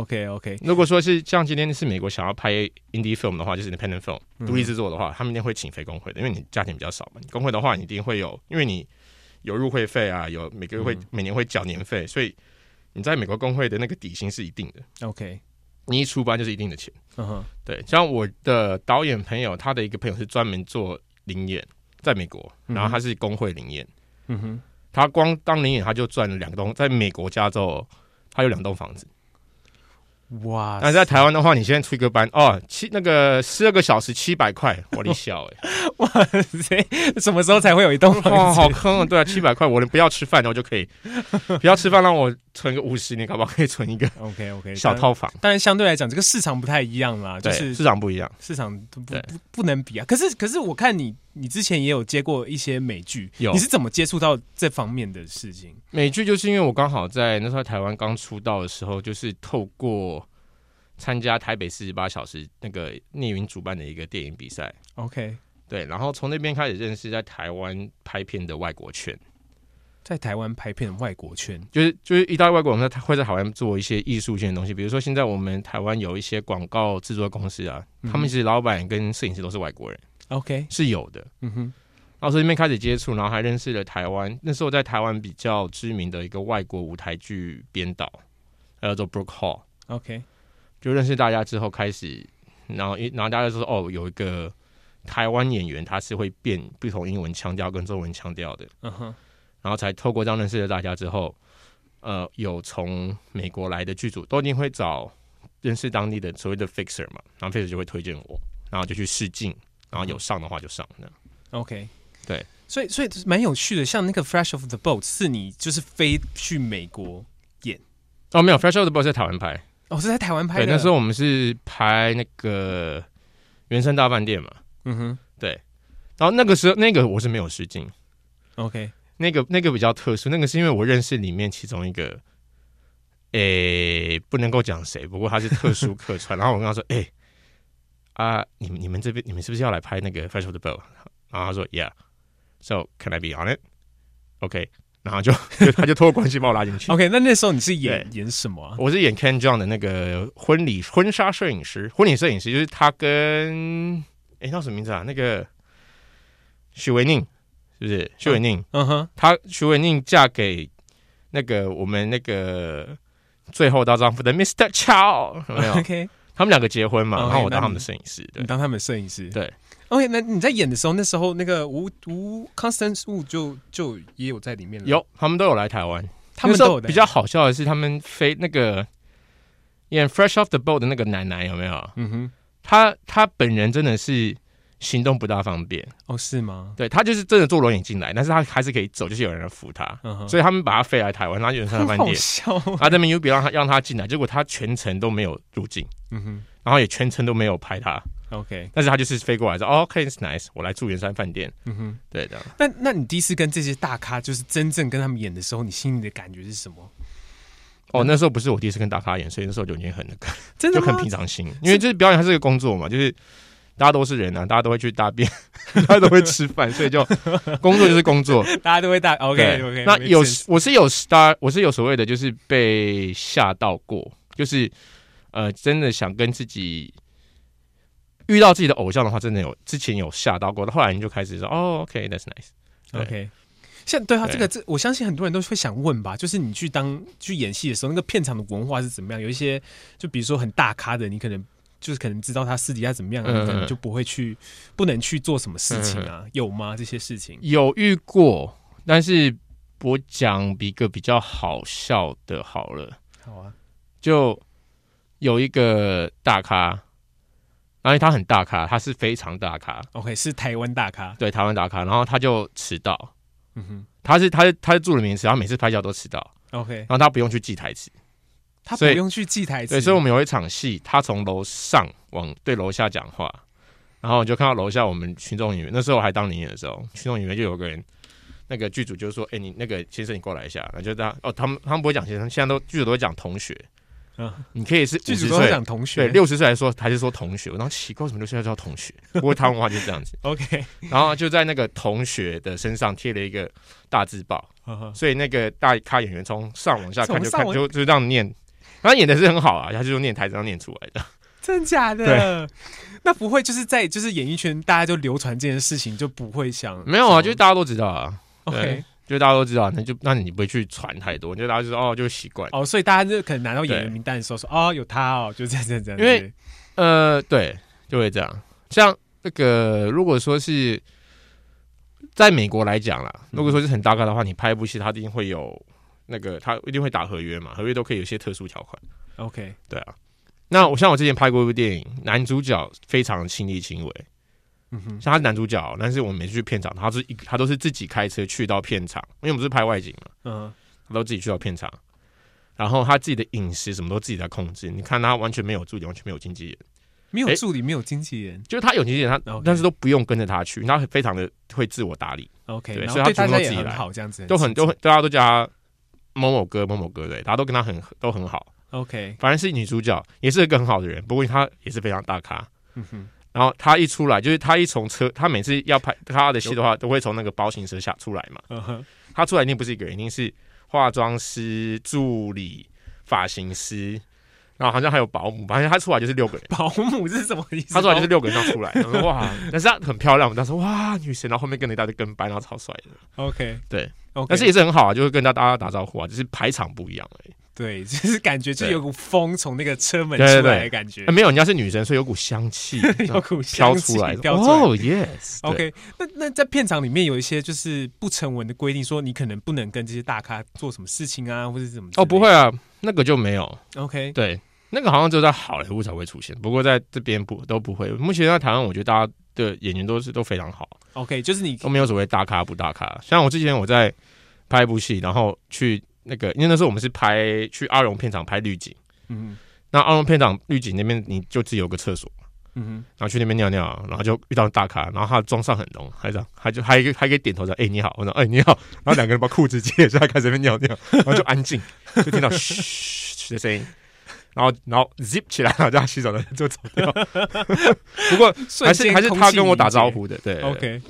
[SPEAKER 1] ，OK OK，
[SPEAKER 2] 如果说是像今天是美国想要拍 indie film 的话，就是 independent film
[SPEAKER 1] 嗯
[SPEAKER 2] 独立制作的话，他们一定会请非工会的，因为你价钱比较少嘛。你工会的话，你一定会有，因为你有入会费啊，有每个月会、
[SPEAKER 1] 嗯
[SPEAKER 2] 每年会缴年费，所以你在美国工会的那个底薪是一定的，
[SPEAKER 1] OK，
[SPEAKER 2] 你一出班就是一定的钱。
[SPEAKER 1] 嗯哼，
[SPEAKER 2] 对，像我的导演朋友，他的一个朋友是专门做灵演，在美国，
[SPEAKER 1] 嗯哼
[SPEAKER 2] 然后他是工会灵演，
[SPEAKER 1] 嗯哼，
[SPEAKER 2] 他光当灵演他就赚了两栋，在美国加州哦他有两栋房子。
[SPEAKER 1] 哇塞，
[SPEAKER 2] 但是 啊在台湾的话，你现在出一个班哦，七那个十二个小时七百块，我的笑哎、
[SPEAKER 1] 哇塞，什么时候才会有一栋
[SPEAKER 2] 欸，哇，
[SPEAKER 1] 房
[SPEAKER 2] 好
[SPEAKER 1] 子？
[SPEAKER 2] 坑啊！对啊，七百块，我连不要吃饭，我就可 以不要吃饭，让我存个五十年，搞不好可以存一个
[SPEAKER 1] OK OK，
[SPEAKER 2] 小套房。
[SPEAKER 1] 当然相对来讲，这个市场不太一样啦，就
[SPEAKER 2] 对，
[SPEAKER 1] 是
[SPEAKER 2] 市场不一样，
[SPEAKER 1] 市场都不
[SPEAKER 2] 对
[SPEAKER 1] 不不能比啊。可是可是，我看你你之前也有接过一些美剧，
[SPEAKER 2] 有
[SPEAKER 1] 你是怎么接触到这方面的事情？
[SPEAKER 2] 美剧就是因为我刚好在那时候台湾刚出道的时候，就是透过参加台北四十八小时那个聂云主办的一个电影比赛，
[SPEAKER 1] OK，
[SPEAKER 2] 对，然后从那边开始认识在台湾拍片的外国圈。
[SPEAKER 1] 在台湾拍片的外国圈，
[SPEAKER 2] 就是就是一到外国，我们在会在台湾做一些艺术性的东西，比如说现在我们台湾有一些广告制作公司啊，
[SPEAKER 1] 嗯
[SPEAKER 2] 他们其实老板跟摄影师都是外国人，
[SPEAKER 1] OK，
[SPEAKER 2] 是有的。
[SPEAKER 1] 嗯哼，
[SPEAKER 2] 然后从那边开始接触，然后还认识了台湾那时候在台湾比较知名的一个外国舞台剧编导，他叫做 Brooke Hall，
[SPEAKER 1] OK，
[SPEAKER 2] 就认识大家之后开始，然后一然后大家就说哦，有一个台湾演员他是会变不同英文腔调跟中文腔调的，
[SPEAKER 1] 嗯哼，
[SPEAKER 2] 然后才透过这样认识了大家之后，呃，有从美国来的剧组都一定会找认识当地的所谓的 fixer 嘛，然后 fixer 就会推荐我，然后就去试镜，然
[SPEAKER 1] 嗯
[SPEAKER 2] 后有上的话就上那样
[SPEAKER 1] OK，
[SPEAKER 2] 对，
[SPEAKER 1] 所以所以蛮有趣的，像那个《Fresh of the Boat》是你就是飞去美国
[SPEAKER 2] 哦，没有，Fresh Out 的 Boy 在台湾拍，
[SPEAKER 1] 哦，是在台湾拍
[SPEAKER 2] 对，
[SPEAKER 1] 的。
[SPEAKER 2] 那时候我们是拍那个《原生大饭店》嘛，
[SPEAKER 1] 嗯哼
[SPEAKER 2] 对，然后那个时候那个我是没有试镜，
[SPEAKER 1] ，OK，
[SPEAKER 2] 那个那个比较特殊，那个是因为我认识里面其中一个，诶、不能够讲谁，不过他是特殊客串。然后我跟他说，诶、啊，你们你们这边你们是不是要来拍那个《Fresh of the Boat》？然后他说，Yeah，so can I be on it？OK，、然后就就他就托关系把我拉进 去。
[SPEAKER 1] OK，那那时候你是演演什么啊？
[SPEAKER 2] 我是演 Ken John 的那个婚礼婚纱摄影师，婚礼摄影师就是他跟诶，叫、什么名字啊？那个许维宁是不是？许维宁。
[SPEAKER 1] 嗯哼，
[SPEAKER 2] 她徐文宁嫁给那个我们那个最后大丈夫的 Mr. Chow，有没 有？
[SPEAKER 1] OK，
[SPEAKER 2] 他们两个结婚嘛，
[SPEAKER 1] OK，
[SPEAKER 2] 然后我
[SPEAKER 1] 哦那
[SPEAKER 2] 当他
[SPEAKER 1] 你
[SPEAKER 2] 们的摄影师，对
[SPEAKER 1] 你当他们摄影师。
[SPEAKER 2] 对。
[SPEAKER 1] OK，那你在演的时候，那时候那个吴吴 Constance Wu 就就也有在里面了。，
[SPEAKER 2] 有他们都有来台湾，
[SPEAKER 1] 他们
[SPEAKER 2] 那时
[SPEAKER 1] 都
[SPEAKER 2] 候
[SPEAKER 1] 有的
[SPEAKER 2] 比较。好笑的是，他们飞那个演 Fresh Off the Boat 的那个奶奶有没有？
[SPEAKER 1] 嗯哼，
[SPEAKER 2] 她她本人真的是行动不大方便，
[SPEAKER 1] 哦，是吗？
[SPEAKER 2] 对她就是真的坐轮椅进来，但是她还是可以走，就是有人来扶她，
[SPEAKER 1] 嗯哼，
[SPEAKER 2] 所以他们把她飞来台湾，然后就上她饭
[SPEAKER 1] 好
[SPEAKER 2] 店，
[SPEAKER 1] 笑哦。
[SPEAKER 2] 阿德明 U 比让她让她进来，结果她全程都没有入境。
[SPEAKER 1] 嗯
[SPEAKER 2] 然后也全程都没有拍他，
[SPEAKER 1] 哼，OK，
[SPEAKER 2] 但是他就是飞过来说哦，OK，it's nice，我来住圆山饭店，
[SPEAKER 1] 嗯哼。
[SPEAKER 2] 对的。
[SPEAKER 1] 那那你第一次跟这些大咖，就是真正跟他们演的时候，你心里的感觉是什么？
[SPEAKER 2] 哦，那时候不是我第一次跟大咖演，所以那时候就已经很那个，
[SPEAKER 1] 真的
[SPEAKER 2] 就
[SPEAKER 1] 吗
[SPEAKER 2] 很平常心，因为就是表演它是个工作嘛，就是大家都是人啊，大家都会去大便， 大家都会吃饭，所以就 工作就是工作。
[SPEAKER 1] 大家都会大 OK
[SPEAKER 2] 对
[SPEAKER 1] OK。
[SPEAKER 2] 那有我是有 star，我是有所谓的，就是被吓到过，就是呃，真的想跟自己遇到自己的偶像的话，真的有之前有吓到过，后来你就开始说哦，OK，that's、nice。对
[SPEAKER 1] OK。像对啊，
[SPEAKER 2] 对
[SPEAKER 1] 这个这我相信很多人都会想问吧，就是你去当去演戏的时候，那个片场的文化是怎么样？有一些就比如说很大咖的，你可能就是可能知道他私底下怎么样，
[SPEAKER 2] 嗯
[SPEAKER 1] 你可能就不会去不能去做什么事情啊，有吗？这些事情
[SPEAKER 2] 有遇过，但是我讲一个比较好笑的，好了，
[SPEAKER 1] 好啊，
[SPEAKER 2] 就有一个大咖，而且他很大咖，他是非常大咖，
[SPEAKER 1] OK，是台湾大咖。
[SPEAKER 2] 对台湾大咖，然后他就迟到，
[SPEAKER 1] 嗯
[SPEAKER 2] 他是他是他是著名词，他每次拍照都迟到，
[SPEAKER 1] 哼，OK，
[SPEAKER 2] 然后他不用去记台词，
[SPEAKER 1] 他不
[SPEAKER 2] 所以
[SPEAKER 1] 用去记台词。
[SPEAKER 2] 对，所以我们有一场戏，他从楼上往对楼下讲话，然后我就看到楼下我们群众演员，那时候我还当领演的时候，群众演员就有个人，那个剧组就说：“哎、你那个先生，你过来一下。”然后就大家哦，他们他们不会讲先生，现在都剧组都会讲同学，
[SPEAKER 1] 嗯，
[SPEAKER 2] 你可以是
[SPEAKER 1] 剧
[SPEAKER 2] 50
[SPEAKER 1] 组都
[SPEAKER 2] 岁
[SPEAKER 1] 是讲同学。
[SPEAKER 2] 对六十岁来说还是说同学，我当时奇怪，为什么六十岁要叫同学？不过他们话就是这样子，
[SPEAKER 1] OK，
[SPEAKER 2] 然后就在那个同学的身上贴了一个大字报，
[SPEAKER 1] 呵呵
[SPEAKER 2] 所以那个大咖演员从上往下看就
[SPEAKER 1] 从上
[SPEAKER 2] 看
[SPEAKER 1] 往
[SPEAKER 2] 就就这样念，他演的是很好啊，他就念台词上念出来的。
[SPEAKER 1] 真假的？那不会就是在就是演艺圈大家就流传这件事情，就不会想
[SPEAKER 2] 没有啊，
[SPEAKER 1] 什
[SPEAKER 2] 就
[SPEAKER 1] 么
[SPEAKER 2] 是大家都知道 啊，
[SPEAKER 1] OK
[SPEAKER 2] 对就大家都知道，那就那你不会去传太多，就大家就说哦，就习惯。
[SPEAKER 1] 哦，所以大家就可能拿到演员
[SPEAKER 2] 对
[SPEAKER 1] 名单的时候说哦有他哦，就这样这样这样。
[SPEAKER 2] 因为呃，对，就会这样。像那个如果说是在美国来讲啦，如果说是很大咖的话，你拍一部戏，他一定会有那个他一定会打合约嘛，合约都可以有一些特殊条款。
[SPEAKER 1] OK
[SPEAKER 2] 对啊，那我像我之前拍过一部电影，男主角非常亲力亲为，
[SPEAKER 1] 嗯哼
[SPEAKER 2] 像他是男主角，但是我们每次去片场，他是一他都是自己开车去到片场，因为我们是拍外景嘛，
[SPEAKER 1] 嗯
[SPEAKER 2] 他都自己去到片场，然后他自己的饮食什么都自己在控制，你看他完全没有助理，完全没有经纪人，
[SPEAKER 1] 没有
[SPEAKER 2] 诶
[SPEAKER 1] 助理，没有经纪人
[SPEAKER 2] 就是他有经纪人，他
[SPEAKER 1] OK
[SPEAKER 2] 但是都不用跟着他去，他非常的会自我打理，
[SPEAKER 1] OK，
[SPEAKER 2] 对
[SPEAKER 1] 然
[SPEAKER 2] 所
[SPEAKER 1] 后
[SPEAKER 2] 以他
[SPEAKER 1] 对大
[SPEAKER 2] 全部
[SPEAKER 1] 家
[SPEAKER 2] 都
[SPEAKER 1] 也
[SPEAKER 2] 自己
[SPEAKER 1] 很
[SPEAKER 2] 来
[SPEAKER 1] 好，这样子
[SPEAKER 2] 都很
[SPEAKER 1] 亲
[SPEAKER 2] 都很大家都叫他某某哥某某哥，对，大家都跟他很都很好，
[SPEAKER 1] 近 OK，
[SPEAKER 2] 反正是女主角也是一个很好的人，不过他也是非常大咖，
[SPEAKER 1] 嗯哼
[SPEAKER 2] 然后他一出来，就是他一从车，他每次要拍他的戏的话，都会从那个包型车下出来嘛。
[SPEAKER 1] 嗯哼
[SPEAKER 2] 他出来一定不是一个人，一定是化妆师、助理、发型师，然后好像还有保姆，反正他出来就是六 个人。
[SPEAKER 1] 保姆是什么意思？
[SPEAKER 2] 他出来就是
[SPEAKER 1] 保
[SPEAKER 2] 六个人这样出来，然后哇！但是他很漂亮，我们当时哇女神，然后后面跟了一大堆跟班，然后超帅的，
[SPEAKER 1] 姆 OK
[SPEAKER 2] 对
[SPEAKER 1] OK，
[SPEAKER 2] 但是也是很好啊，就会跟大家打招呼啊，只是排场不一样而已。
[SPEAKER 1] 对，就是感觉就
[SPEAKER 2] 对
[SPEAKER 1] 有股风从那个车门
[SPEAKER 2] 对对
[SPEAKER 1] 出来的
[SPEAKER 2] 对
[SPEAKER 1] 感觉
[SPEAKER 2] 哎，，没有，人家是女神，所以有股香气
[SPEAKER 1] 有股
[SPEAKER 2] 飘
[SPEAKER 1] 香气
[SPEAKER 2] 出来。
[SPEAKER 1] 飘出来。
[SPEAKER 2] 哦，yes，对
[SPEAKER 1] OK，那那在片场里面有一些就是不成文的规定，说你可能不能跟这些大咖做什么事情啊，或者是怎么之类
[SPEAKER 2] 哦，
[SPEAKER 1] 的
[SPEAKER 2] 不会啊，那个就没有。
[SPEAKER 1] OK，
[SPEAKER 2] 对，那个好像只有在好莱坞才会出现，不过在这边不都不会。目前在台湾，我觉得大家的演员都是都非常好，
[SPEAKER 1] OK，就是你
[SPEAKER 2] 都没有所谓大咖不大咖。像我之前我在拍一部戏，然后去那个，因为那时候我们是拍去阿荣片场拍绿景，
[SPEAKER 1] 嗯
[SPEAKER 2] 那阿荣片场绿景那边你就只有个厕所，
[SPEAKER 1] 哼嗯
[SPEAKER 2] 然后去那边尿尿，然后就遇到大咖，然后他装上很浓，还这样，还就还一个还可以点头说：“哎、你好。”我说：“哎、你好。”然后两个人把裤子解下来，开始在那边尿尿，然后就安静，就听到嘘的声音，然后然后 zip 起来，然后这样洗手的人就走掉。 不过
[SPEAKER 1] 哼，
[SPEAKER 2] 还
[SPEAKER 1] 瞬
[SPEAKER 2] 是
[SPEAKER 1] 间
[SPEAKER 2] 还是
[SPEAKER 1] 空
[SPEAKER 2] 他
[SPEAKER 1] 气
[SPEAKER 2] 跟我打
[SPEAKER 1] 凝结
[SPEAKER 2] 招。呼的，对对
[SPEAKER 1] OK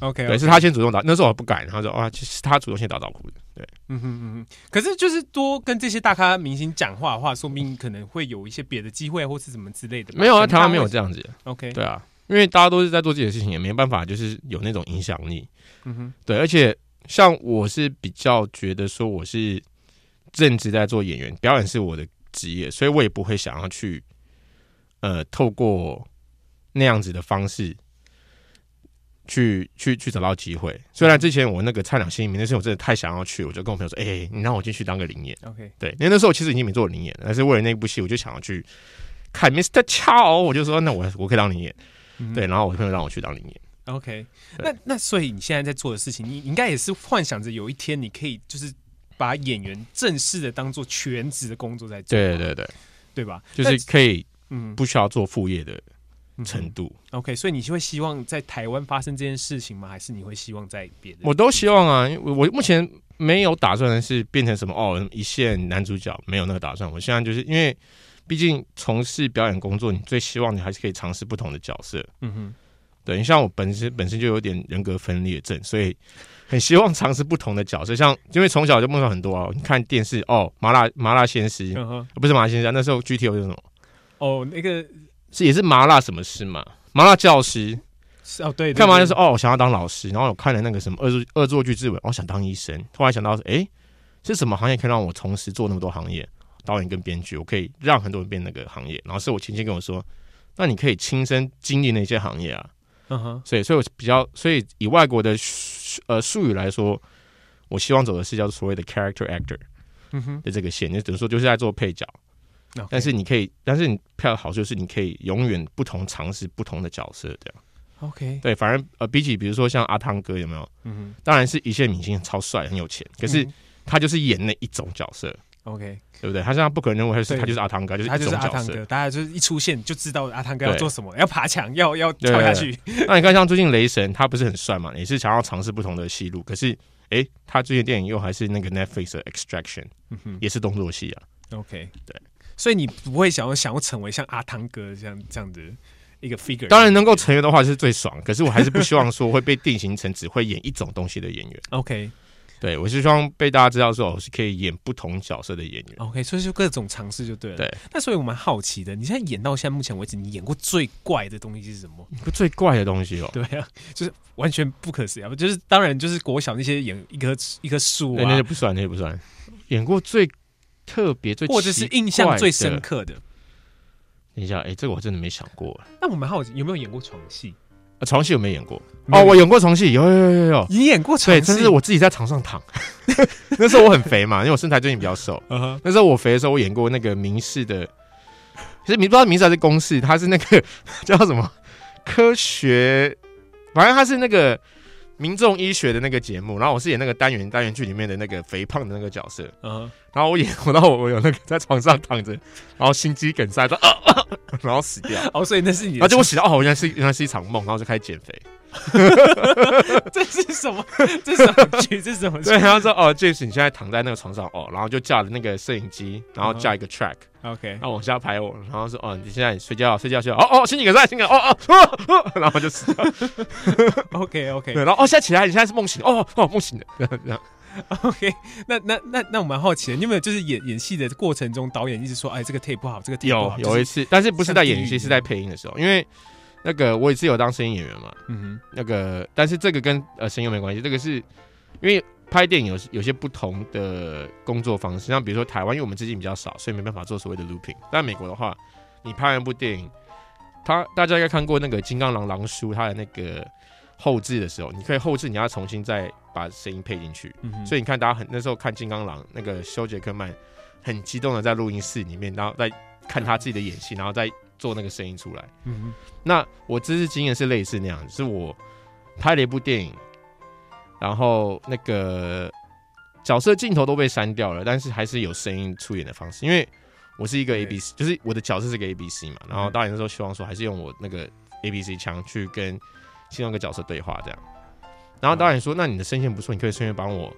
[SPEAKER 1] OK，
[SPEAKER 2] 对，是他先主动打，那时候我不敢，他说：“啊，其实是他主动先打招呼的。”对，
[SPEAKER 1] 嗯哼嗯哼。可是就是多跟这些大咖明星讲话的话，说明可能会有一些别的机会或是什么之类的吧。
[SPEAKER 2] 没有啊，
[SPEAKER 1] 可能
[SPEAKER 2] 台
[SPEAKER 1] 他
[SPEAKER 2] 湾没
[SPEAKER 1] 会
[SPEAKER 2] 有这样子，
[SPEAKER 1] OK，
[SPEAKER 2] 对啊，因为大家都是在做自己的事情，也没办法就是有那种影响力。
[SPEAKER 1] 嗯哼
[SPEAKER 2] 对，而且像我是比较觉得说我是正职在做演员，表演是我的职业，所以我也不会想要去呃透过那样子的方式去去去找到机会。虽然之前我那个菜鸟新移民，那时候我真的太想要去，我就跟我朋友说：“哎、你让我进去当个灵演。
[SPEAKER 1] OK，”
[SPEAKER 2] 对，因为那时候我其实已经没做灵演了，但是为了那部戏，我就想要去看 Mr. Chow，我就说：“那我我可以当灵演。
[SPEAKER 1] 嗯哼
[SPEAKER 2] 对，然后我朋友让我去当灵演。
[SPEAKER 1] OK，那
[SPEAKER 2] 对
[SPEAKER 1] 那所以你现在在做的事情，你你应该也是幻想着有一天你可以就是把演员正式的当做全职的工作在做，
[SPEAKER 2] 对对对，
[SPEAKER 1] 对吧？
[SPEAKER 2] 就是
[SPEAKER 1] 那
[SPEAKER 2] 可以
[SPEAKER 1] 嗯，
[SPEAKER 2] 不需要做副业的
[SPEAKER 1] 嗯
[SPEAKER 2] 程度，
[SPEAKER 1] OK，所以你就会希望在台湾发生这件事情吗？还是你会希望在别的？
[SPEAKER 2] 我都希望啊。因为我我目前没有打算是变成什么哦一线男主角，没有那个打算。我现在就是因为，毕竟从事表演工作，你最希望你还是可以尝试不同的角色。
[SPEAKER 1] 嗯哼，
[SPEAKER 2] 对，你像我本身本身就有点人格分裂症，所以很希望尝试不同的角色。像因为从小就梦想很多啊，你看电视哦，麻辣麻辣鲜师、
[SPEAKER 1] 嗯哼，
[SPEAKER 2] 不是麻辣鲜师啊，那时候 GTO 是什么？
[SPEAKER 1] 哦，那个
[SPEAKER 2] 是也是麻辣什么师嘛？麻辣教师。
[SPEAKER 1] 是哦，对，对
[SPEAKER 2] 看完就
[SPEAKER 1] 对
[SPEAKER 2] 是哦，我想要当老师，然后我看了那个什么恶作恶作剧之吻，我、想当医生，突然想到诶，是什么行业可以让我同时做那么多行业？导演跟编剧，我可以让很多人变那个行业。然后是我亲戚跟我说，那你可以亲身经历那些行业啊。
[SPEAKER 1] 嗯哼，
[SPEAKER 2] 所以，所以我比较，所以以外国的术呃术语来说，我希望走的是叫做所谓的 character actor
[SPEAKER 1] 嗯哼，
[SPEAKER 2] 的这个线，就等于说就是在做配角。
[SPEAKER 1] OK
[SPEAKER 2] 但是你可以，但是你票的好处是你可以永远不同尝试不同的角色，这样
[SPEAKER 1] OK，
[SPEAKER 2] 对。反而呃，比起比如说像阿汤哥有没有？
[SPEAKER 1] 嗯
[SPEAKER 2] 当然是一线明星，超帅，很有钱，可是
[SPEAKER 1] 嗯
[SPEAKER 2] 他就是演那一种角色，
[SPEAKER 1] 哼，OK，
[SPEAKER 2] 对不对？他现在不可能认为他是
[SPEAKER 1] 对
[SPEAKER 2] 他就是阿汤哥，就是
[SPEAKER 1] 他
[SPEAKER 2] 一
[SPEAKER 1] 就是
[SPEAKER 2] 种
[SPEAKER 1] 阿
[SPEAKER 2] 角
[SPEAKER 1] 汤
[SPEAKER 2] 色。
[SPEAKER 1] 哥，大家就是一出现就知道阿汤哥要
[SPEAKER 2] 对
[SPEAKER 1] 做什么，要爬墙，要要跳下去。
[SPEAKER 2] 那你看像最近雷神，他不是很帅嘛，也是想要尝试不同的戏路，可是诶，他最近的电影又还是那个 Netflix 的 Extraction，
[SPEAKER 1] 嗯哼
[SPEAKER 2] 也是动作戏啊。
[SPEAKER 1] ，OK，
[SPEAKER 2] 对，
[SPEAKER 1] 所以你不会想要想要成为像阿汤哥这样这样的一个 figure，
[SPEAKER 2] 当然能够成员的话是最爽，可是我还是不希望说会被定型成只会演一种东西的演员。
[SPEAKER 1] OK
[SPEAKER 2] 对我是希望被大家知道说我哦是可以演不同角色的演员。
[SPEAKER 1] OK，所以就各种尝试就对了。
[SPEAKER 2] 对，
[SPEAKER 1] 那所以我蛮好奇的，你现在演到现在目前为止，你演过最怪的东西是什么？
[SPEAKER 2] 不最怪的东西哦、
[SPEAKER 1] 对啊， 就是完全不可思议啊，就是当然就是国小那些演一棵一棵树
[SPEAKER 2] 哎对，那
[SPEAKER 1] 啊
[SPEAKER 2] 就，不算，那就不算。演过最特别、最
[SPEAKER 1] 或者是印象最深。刻的。
[SPEAKER 2] 等一下，哎、这个我真的没想过。
[SPEAKER 1] 那我蛮好奇，有没有演过床戏？
[SPEAKER 2] 啊，床戏有没有演过？哦，我演过床戏，有有有有有。
[SPEAKER 1] 你演过床
[SPEAKER 2] 对，
[SPEAKER 1] 戏？
[SPEAKER 2] 真是我自己在床上躺。 那时候我很肥嘛，因为我身材最近比较瘦。
[SPEAKER 1] 嗯哼，
[SPEAKER 2] 那时候我肥的时候，我演过那个明视的，其实你不知道明视还是公视，它是那个叫什么科学，反正它是那个民众医学的那个节目。然后我是演那个单元单元剧里面的那个肥胖的那个角色。
[SPEAKER 1] 嗯
[SPEAKER 2] 然后我演， 我到我有那个在床上躺着，然后心肌梗塞，说啊啊啊然后死掉。
[SPEAKER 1] 哼，哦，所以那是你
[SPEAKER 2] 然后
[SPEAKER 1] 的
[SPEAKER 2] 结果醒来，哦，原来是原来是一场梦，然后就开始减肥。
[SPEAKER 1] 这是什么？这是什么剧？这是什么剧
[SPEAKER 2] 对，然后说哦，James，你现在躺在那个床上哦，然后就架了那个摄影机，然后架一个 track，
[SPEAKER 1] ？OK
[SPEAKER 2] 然。后往下拍我，然后说哦，你现在睡觉，睡觉，睡觉，哦哦，心肌梗塞，心梗塞，哦哦哦哦，然后就死掉。
[SPEAKER 1] OK OK
[SPEAKER 2] 对，然后哦，现在起来，你现在是梦醒，哦哦，梦 醒的，然后
[SPEAKER 1] OK，那那那那我蛮好奇的，你有没有就是演演戏的过程中，导演一直说，哎，这个 take 不好，这个 take 不
[SPEAKER 2] 有
[SPEAKER 1] 好，
[SPEAKER 2] 有一
[SPEAKER 1] 次，
[SPEAKER 2] 次，但是不是在演
[SPEAKER 1] 像地狱
[SPEAKER 2] 戏，
[SPEAKER 1] 一
[SPEAKER 2] 是
[SPEAKER 1] 样
[SPEAKER 2] 在配音的时候，因为那个我也是有当声音演员嘛，
[SPEAKER 1] 嗯哼，
[SPEAKER 2] 那个，但是这个跟呃声优没关系，这个是因为拍电影有有些不同的工作方式，像比如说台湾，因为我们资金比较少，所以没办法做所谓的 looping。但美国的话，你拍完一部电影，他大家应该看过那个《金刚狼狼叔》他的那个后置的时候，你可以后置，你要重新再把声音配进去。
[SPEAKER 1] 嗯哼，
[SPEAKER 2] 所
[SPEAKER 1] 以
[SPEAKER 2] 以你看，大家很那时候看《金刚狼》那个修杰克曼很激动的在录音室里面，然后在看他自己的演戏，然后再做那个声音出来。
[SPEAKER 1] 嗯
[SPEAKER 2] 那我这次经验是类似那样，是我拍了一部电影，然后那个角色镜头都被删掉了，但是还是有声音出演的方式，因为我是一个
[SPEAKER 1] 对
[SPEAKER 2] A B C，就是我的角色是个 A B C 嘛，然后
[SPEAKER 1] 嗯
[SPEAKER 2] 导演那时候希望说还是用我那个 A B C 腔去跟其中一个角色对话这样，然后导演说、那你的声线不错，你可以顺便帮我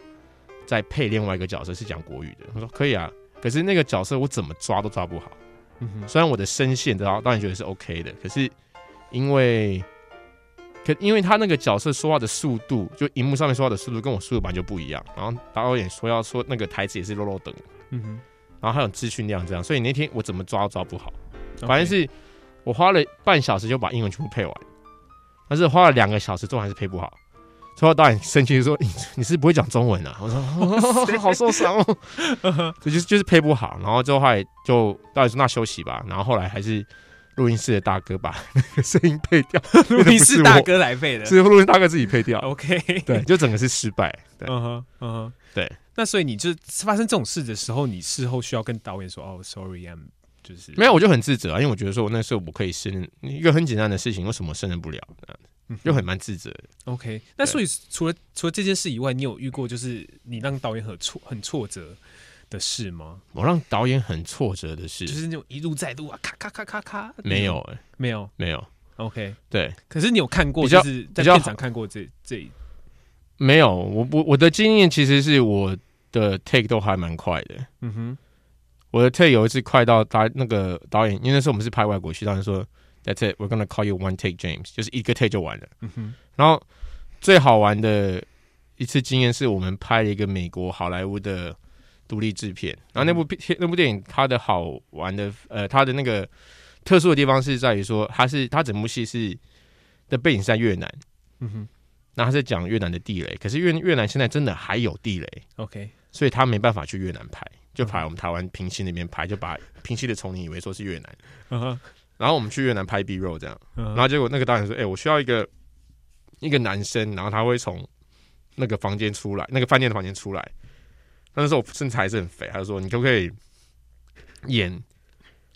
[SPEAKER 2] 再配另外一个角色是讲国语的，我说可以啊，可是那个角色我怎么抓都抓不好。
[SPEAKER 1] 哼，嗯哼，
[SPEAKER 2] 虽然我的声线然后当然觉得是 OK 的，可是因为可因为他那个角色说话的速度，就荧幕上面说话的速度跟我速度本来就不一样，然后导演说要说那个台词也是肉肉等，
[SPEAKER 1] 嗯哼，
[SPEAKER 2] 然后还有资讯量这样，所以那天我怎么抓都抓不好，
[SPEAKER 1] OK
[SPEAKER 2] 反正是我花了半小时就把英文全部配完，但是花了两个小时最后还是配不好。最后导演生气就说：“你 你是不会讲中文啊？”我说：“ 好受伤哦。”所以就是就是配不好，然后之后后来就导演说：“那休息吧。”然后后来还是录音室的大哥把那个声音配掉，
[SPEAKER 1] 路易斯大哥来背的
[SPEAKER 2] 是录音大哥自己配掉。
[SPEAKER 1] 哦，OK，
[SPEAKER 2] 对，就整个是失败。对，
[SPEAKER 1] 嗯哼，嗯哼，
[SPEAKER 2] 对。
[SPEAKER 1] 那所以你就是发生这种事的时候，你事后需要跟导演说，哦，sorry，I'm 就是
[SPEAKER 2] 没有我就很自责啊，因为我觉得说我那时候我可以胜任一个很简单的事情，为什么胜任不了？
[SPEAKER 1] 有
[SPEAKER 2] 就很蛮自责的。
[SPEAKER 1] OK。那
[SPEAKER 2] 啊
[SPEAKER 1] 所以除了除了这件事以外，你有遇过就是你让导演很挫很挫折的事吗？
[SPEAKER 2] 我让导演很挫折的是，
[SPEAKER 1] 就是那种一路再录啊，咔咔咔咔咔，
[SPEAKER 2] 没有、欸
[SPEAKER 1] 没有
[SPEAKER 2] 没有，
[SPEAKER 1] OK。
[SPEAKER 2] 对，
[SPEAKER 1] 可是你有看过，
[SPEAKER 2] 比较
[SPEAKER 1] 就是在
[SPEAKER 2] 比较
[SPEAKER 1] 现场看过这这
[SPEAKER 2] 没有。我我我的经验其实是我的 take 都还蛮快的。
[SPEAKER 1] 嗯哼
[SPEAKER 2] 我的 take 有一次快到他那个导演，因为那时候我们是拍外国戏，导演说 That's it, we're gonna call you one take, James，就是一个 take 就完了。
[SPEAKER 1] 嗯哼
[SPEAKER 2] 然后最好玩的一次经验是我们拍了一个美国好莱坞的独立制片，然后那部片那部电影它的好玩的呃，它的那个特殊的地方是在于说，它是它整部戏是的背景是在越南，
[SPEAKER 1] 嗯哼
[SPEAKER 2] 那它是讲越南的地雷，可是越越南现在真的还有地雷，
[SPEAKER 1] OK
[SPEAKER 2] 所以他没办法去越南拍，就跑来我们台湾平西那边拍，就把平西的丛林以为说是越南，
[SPEAKER 1] 嗯 哼
[SPEAKER 2] 然后我们去越南拍 B roll 这样，
[SPEAKER 1] 嗯
[SPEAKER 2] 然
[SPEAKER 1] 哼
[SPEAKER 2] 后结果那个导演说：“哎、我需要一个一个男生，然后他会从那个房间出来，那个饭店的房间出来。”那时候我身材还是很肥，他就说：“你可不可以演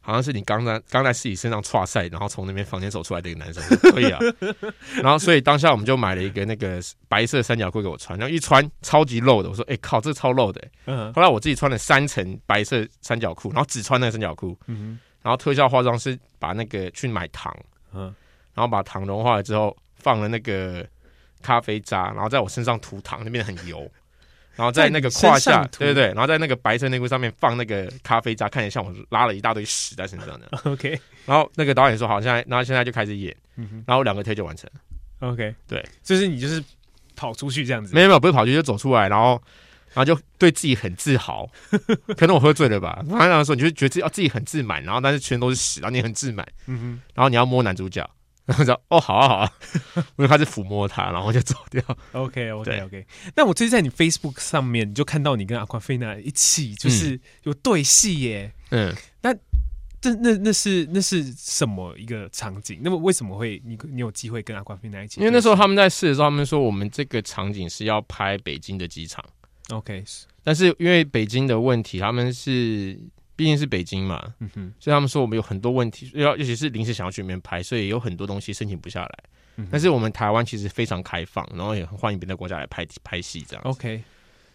[SPEAKER 2] 好像是你刚在刚在自己身上跨赛，然后从那边房间走出来的一个男生。对呀、然后所以当下我们就买了一个那个白色三角裤给我穿，然后一穿超级露的，我说：“哎、靠，这超露的、
[SPEAKER 1] 嗯
[SPEAKER 2] 后来我自己穿了三层白色三角裤，然后只穿那个三角裤，
[SPEAKER 1] 嗯
[SPEAKER 2] 然后特效化妆师把那个去买糖，
[SPEAKER 1] 嗯
[SPEAKER 2] 然后把糖融化了之后放了那个咖啡渣，然后在我身上涂糖，那变得很油。然后在那个胯
[SPEAKER 1] 在你身
[SPEAKER 2] 下
[SPEAKER 1] 上，涂
[SPEAKER 2] 对对对，然后在那个白色内裤上面放那个咖啡渣，看起来像我拉了一大堆屎在身上的。
[SPEAKER 1] 哼，OK
[SPEAKER 2] 然后那个导演说好，现在，然后现在就开始演，
[SPEAKER 1] 嗯哼
[SPEAKER 2] 然后两个推就完成。
[SPEAKER 1] OK，
[SPEAKER 2] 对，
[SPEAKER 1] 就是你就是跑出去这样子，
[SPEAKER 2] 没有没有，不是跑去就走出来，然后然后就对自己很自 豪，可能我喝醉了吧。然后那时候你就觉得自己哦自己很自满，然后但是全都是屎，然后你很自满，
[SPEAKER 1] 嗯
[SPEAKER 2] 然后你要摸男主角，然后就 哦好啊好啊，我就开始抚摸他，然后就走掉。
[SPEAKER 1] 哼，OK OK
[SPEAKER 2] 对
[SPEAKER 1] OK。那我最近在你 Facebook 上面，你就看到你跟阿夸菲娜一起，就是有对戏耶。
[SPEAKER 2] 嗯，
[SPEAKER 1] 这那那是那是什么一个场景？那么为什么会你你有机会跟阿夸菲娜一起对戏？
[SPEAKER 2] 因为那时候他们在试的时候，他们说我们这个场景是要拍北京的机场，
[SPEAKER 1] OK，
[SPEAKER 2] 但是因为北京的问题，他们是毕竟是北京嘛，
[SPEAKER 1] 嗯哼，
[SPEAKER 2] 所以他们说我们有很多问题，要尤其是临时想要去里面拍，所以有很多东西申请不下来。
[SPEAKER 1] 嗯哼
[SPEAKER 2] 但是我们台湾其实非常开放，然后也很欢迎别的国家来拍拍戏这样。
[SPEAKER 1] OK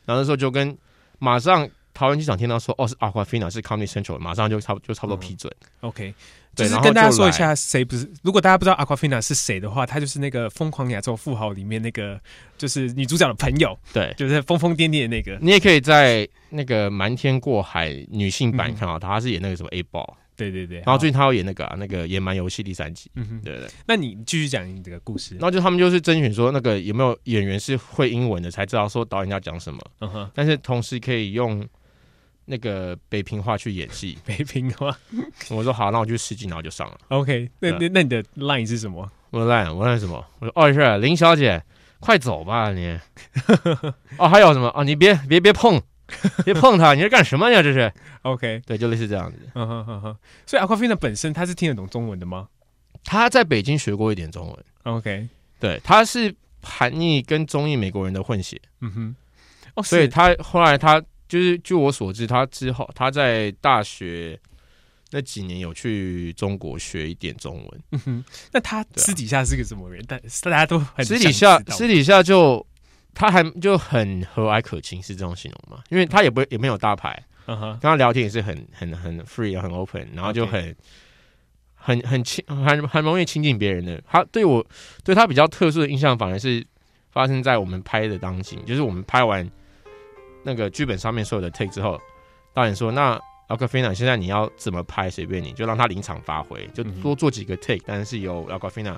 [SPEAKER 2] 然后那时候就跟马上桃园机场听到说哦是 Aquafina 是 Comedy Central，马上就差不就差不多批准。
[SPEAKER 1] 嗯 OK，就
[SPEAKER 2] 对
[SPEAKER 1] 是
[SPEAKER 2] 然后
[SPEAKER 1] 跟大家
[SPEAKER 2] 就
[SPEAKER 1] 说一
[SPEAKER 2] 来
[SPEAKER 1] 下，谁不是？如果大家不知道 Aquafina 是谁的话，她就是那个《疯狂亚洲富豪》里面那个，就是女主角的朋友，
[SPEAKER 2] 对，
[SPEAKER 1] 就是疯疯癫癫的那个。
[SPEAKER 2] 你也可以在那个瞒天过海女性版
[SPEAKER 1] 嗯
[SPEAKER 2] 看到她，她是演那个什么 A ball，
[SPEAKER 1] 对对对。
[SPEAKER 2] 然后
[SPEAKER 1] 好，
[SPEAKER 2] 最近她要演那个、啊、那个野蛮游戏第三集，
[SPEAKER 1] 嗯哼，
[SPEAKER 2] 对对对。
[SPEAKER 1] 那你继续讲你这个故事
[SPEAKER 2] 然。后就他们就是甄选说那个有没有演员是会英文的，才知道说导演要讲什么。
[SPEAKER 1] 嗯哼，。
[SPEAKER 2] 但是同时可以用那个北平话去演戏
[SPEAKER 1] 北平的话
[SPEAKER 2] 我说好，那我去试镜，然后就上了。
[SPEAKER 1] ，OK，那
[SPEAKER 2] 对啊
[SPEAKER 1] 那那你的 line 是什么？
[SPEAKER 2] 我说烂，我烂什么？我说哦是林小姐，快走吧你。哦，还有什么？哦，你别别别碰，别碰他，你是干什么呀？这是
[SPEAKER 1] OK，
[SPEAKER 2] 对，就类似这样子。
[SPEAKER 1] 嗯哼哼哼，所以 Aquafina 本身她是听得懂中文的吗
[SPEAKER 2] 他在北京学过一点中文，
[SPEAKER 1] ？OK，
[SPEAKER 2] 对，他是韩裔跟中裔美国人的混血，
[SPEAKER 1] 嗯哼，哦，
[SPEAKER 2] 所以
[SPEAKER 1] 是
[SPEAKER 2] 他后来他就是据我所知，他之后他在大学那几年有去中国学一点中文。
[SPEAKER 1] 嗯哼，那她
[SPEAKER 2] 对啊
[SPEAKER 1] 私底下是个什么人？但大家都很
[SPEAKER 2] 私
[SPEAKER 1] 想
[SPEAKER 2] 底下
[SPEAKER 1] 知道
[SPEAKER 2] 私底下就他还就很和蔼可亲，是这种形容吗？因为他也不也没有大牌，
[SPEAKER 1] 嗯哼
[SPEAKER 2] 跟他聊天也是很很很 free 很 open，然后就
[SPEAKER 1] OK
[SPEAKER 2] 很很很亲很很容易亲近别人的。他对我对他比较特殊的印象，反而是发生在我们拍的当景，就是我们拍完那个剧本上面所有的 take 之后，导演说那。a q u a f i n a 现在你要怎么拍随便你，就让他临场发挥，就
[SPEAKER 1] 嗯哼
[SPEAKER 2] 多做几个 take，、但是由 a q u a f i n a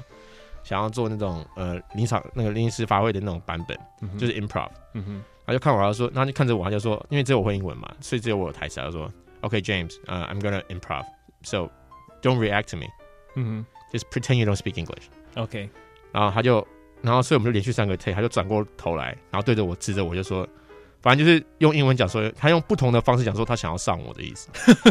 [SPEAKER 2] 想要做那种呃临场那个临时发挥的那种版本，
[SPEAKER 1] 嗯哼，
[SPEAKER 2] 就是 improv。
[SPEAKER 1] 嗯哼。
[SPEAKER 2] 他就看我，他就说，他就看着我，他就说，因为只有我会英文嘛，所以只有我有台词。他就说，OK James，呃、i m gonna improv, so don't react to me,
[SPEAKER 1] 嗯
[SPEAKER 2] just pretend you don't speak English。
[SPEAKER 1] 哼，OK，
[SPEAKER 2] 然后他就，然后所以我们就连续三个 take，他就转过头来，然后对着我指着我就说，反正就是用英文讲说，他用不同的方式讲说他想要上我的意 思，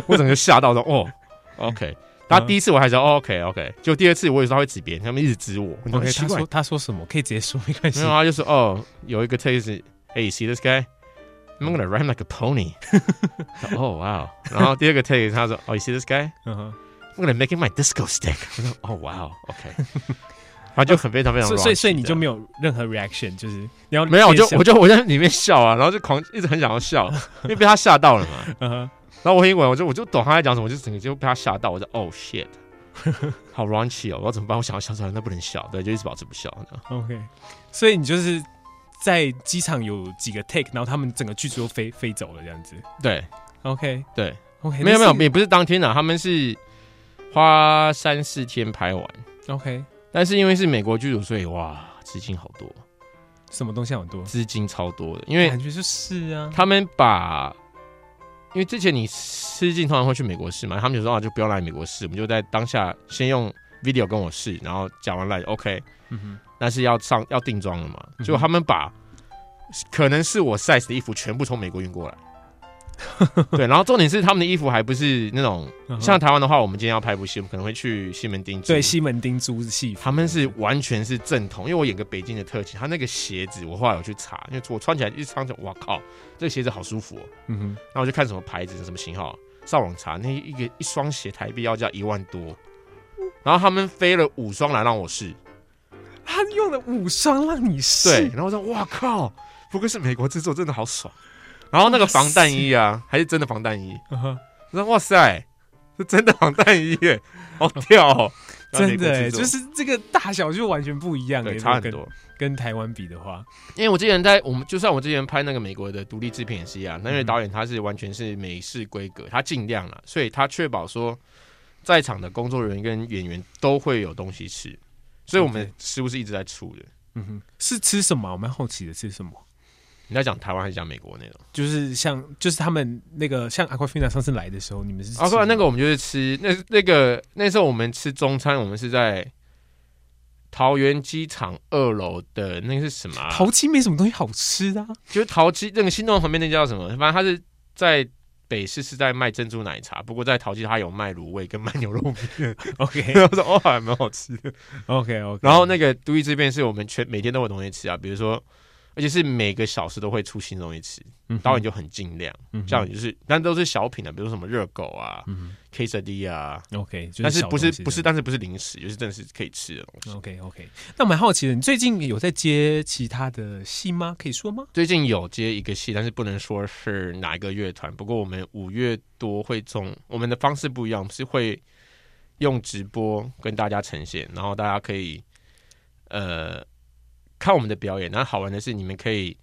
[SPEAKER 2] 我整个吓到说，哦，OK。然后第一次我还说、哦、OK OK，就第二次我也说他会指别人，他们一直指我，我就
[SPEAKER 1] OK，
[SPEAKER 2] 很
[SPEAKER 1] 他
[SPEAKER 2] 哦奇怪
[SPEAKER 1] 说哦他说什么可以直接说，没 关系
[SPEAKER 2] 没有。啊，就说哦，有一个 taste，hey, you see this guy? I'm gonna ride him like a pony. oh wow. 然后第二个 take 他说，Oh, you see this guy?
[SPEAKER 1] 嗯哼
[SPEAKER 2] I'm gonna make him my disco stick. 我说，Oh wow, OK。然后就很非常非常
[SPEAKER 1] 所以
[SPEAKER 2] raunchy
[SPEAKER 1] 所以所以你
[SPEAKER 2] 这
[SPEAKER 1] 就
[SPEAKER 2] 样
[SPEAKER 1] 没有任何 reaction，就是你要
[SPEAKER 2] 没有，我就
[SPEAKER 1] 变
[SPEAKER 2] 我就我在里面笑啊，然后就狂一直很想要 笑，因为被他吓到了嘛。
[SPEAKER 1] 相嗯哼
[SPEAKER 2] 然后我英文我就我就懂他在讲什么，我就整个就被他吓到，我就 Oh shit，好 raunchy 哦，我要怎么办？我想要笑出来，那不能笑，对，就一直保持不笑。这样
[SPEAKER 1] OK，所以你就是在机场有几个 take，然后他们整个剧组都飞飞走了这样子。
[SPEAKER 2] 对
[SPEAKER 1] OK
[SPEAKER 2] 对，
[SPEAKER 1] OK，
[SPEAKER 2] 没有没有，也不是当天啊，他们是花三四天拍完，
[SPEAKER 1] OK，
[SPEAKER 2] 但是因为是美国剧组，所以哇，资金好多，
[SPEAKER 1] 什么东西很多？
[SPEAKER 2] 资金超多的，因为
[SPEAKER 1] 感觉就是啊，
[SPEAKER 2] 他们把，因为之前你试镜通常会去美国试嘛，他们就说啊，就不要来美国试，我们就在当下先用 video 跟我试，然后讲完了 OK，
[SPEAKER 1] 嗯
[SPEAKER 2] 但是要上要定妆了嘛，
[SPEAKER 1] 嗯
[SPEAKER 2] 结果他们把。可能是我 size 的衣服全部从美国运过来， 对，然后重点是他们的衣服还不是那种
[SPEAKER 1] 嗯哼，
[SPEAKER 2] 像台湾的话，我们今天要拍部戏，我们可能会去西门町租。
[SPEAKER 1] 对西门町租的戏服，
[SPEAKER 2] 他们是完全是正统，因为我演个北京的特勤，他那个鞋子我后来有去查，因为我穿起来一穿着，哇靠，这个鞋子好舒服、哦。
[SPEAKER 1] 嗯哼
[SPEAKER 2] 然后我就看什么牌子、什么型号，上网查，那一个一双鞋台币要价一万多，然后他们飞了五双来让我试，
[SPEAKER 1] 他用了五双让你
[SPEAKER 2] 对，
[SPEAKER 1] 试，
[SPEAKER 2] 然后我说哇靠，不愧是美国制作，真的好爽。然后那个防弹衣啊，还是真的防弹衣，
[SPEAKER 1] 嗯哼
[SPEAKER 2] 我说哇塞，是真的防弹衣耶，好屌、哦，
[SPEAKER 1] 真的
[SPEAKER 2] 美
[SPEAKER 1] 欸，
[SPEAKER 2] 国制作
[SPEAKER 1] 就是这个大小就完全不一样欸，
[SPEAKER 2] 对，
[SPEAKER 1] 如
[SPEAKER 2] 差
[SPEAKER 1] 果
[SPEAKER 2] 很
[SPEAKER 1] 跟
[SPEAKER 2] 多。
[SPEAKER 1] 跟台湾比的话，
[SPEAKER 2] 因为我之前在我们，就算我之前拍那个美国的独立制片也是一样，那位导演他是完全是美式规格，他尽量了，所以他确保说在场的工作人员跟演员都会有东西吃，所以我们
[SPEAKER 1] OK
[SPEAKER 2] 食物是一直在出的。
[SPEAKER 1] 嗯哼，是吃什么啊？我蛮好奇的，吃什么？
[SPEAKER 2] 你在讲台湾还是讲美国那种？
[SPEAKER 1] 就是像，就是他们那个像 Aquafina 上次来的时候，你们是
[SPEAKER 2] 啊，不然那
[SPEAKER 1] 个
[SPEAKER 2] 个我们就是吃那那个那时候我们吃中餐，我们是在桃园机场二楼的那个是什么、啊？
[SPEAKER 1] 淘气没什么东西好吃的、 啊，
[SPEAKER 2] 就是陶器那个新洞旁边那叫什么？反正他是在北市是在卖珍珠奶茶，不过在陶器他有卖卤味跟卖牛肉 面。
[SPEAKER 1] OK
[SPEAKER 2] 然后说哦，还蛮好吃的。
[SPEAKER 1] OK OK，
[SPEAKER 2] 然后那个都市这边是我们全每天都有东西吃啊，比如说，而且是每个小时都会出新东西吃，
[SPEAKER 1] 嗯
[SPEAKER 2] 导演就很尽量，
[SPEAKER 1] 就
[SPEAKER 2] 这样就是，但都是小品的、比如说什么热狗啊、
[SPEAKER 1] 嗯
[SPEAKER 2] K C D 啊，
[SPEAKER 1] 哼 OK，就
[SPEAKER 2] 但是
[SPEAKER 1] 小
[SPEAKER 2] 不
[SPEAKER 1] 东
[SPEAKER 2] 是
[SPEAKER 1] 西
[SPEAKER 2] 不是，
[SPEAKER 1] 这样
[SPEAKER 2] 但是不是零食，就是真的是可以吃的东西。
[SPEAKER 1] OK OK，那我蛮好奇的，你最近有在接其他的戏吗？可以说吗？
[SPEAKER 2] 最近有接一个戏，但是不能说是哪一个乐团。不过我们五月多会中，我们的方式不一样，我们是会用直播跟大家呈现，然后大家可以呃看我们的表演。然后好玩的是，你们可以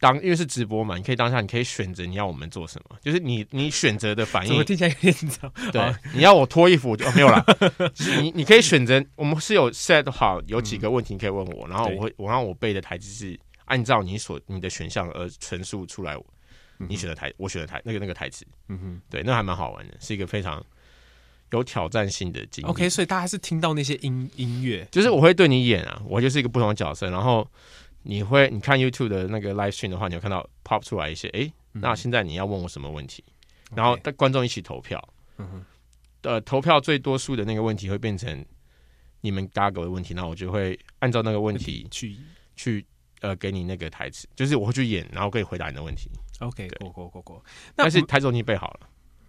[SPEAKER 2] 当因为是直播嘛，你可以当下你可以选择你要我们做什么，就是你你选择的反
[SPEAKER 1] 怎么
[SPEAKER 2] 应。
[SPEAKER 1] 听起来有点 糟？
[SPEAKER 2] 对
[SPEAKER 1] 好，
[SPEAKER 2] 你要我脱衣服我就、哦、没 有啦。就是你你可以选择，我们是有 set 好有几
[SPEAKER 1] 嗯
[SPEAKER 2] 个问题你可以问我，然后我会我让我背的台词是按照你所你的选项而陈述出来，你选的台我选的台那个那个台词，
[SPEAKER 1] 嗯哼。
[SPEAKER 2] 对，那还蛮好玩的，是一个非常有挑战性的经历。
[SPEAKER 1] OK，所以大家是听到那些音音乐，
[SPEAKER 2] 就是我会对你演啊，我就是一个不同的角色，然后你会你看 YouTube 的那个 live stream 的话，你会看到 pop 出来一些，诶，那现在你要问我什么问题，然后
[SPEAKER 1] 嗯 OK
[SPEAKER 2] 跟观众一起投票，
[SPEAKER 1] 嗯哼
[SPEAKER 2] 呃，投票最多数的那个问题会变成你们 g a g 的问题，那我就会按照那个问题
[SPEAKER 1] 去
[SPEAKER 2] 去呃给你那个台词，就是我会去演，然后可以回答你的问题，
[SPEAKER 1] OK，
[SPEAKER 2] 对
[SPEAKER 1] 过过过过。那
[SPEAKER 2] 但是
[SPEAKER 1] 我们
[SPEAKER 2] 台词我已经备好了，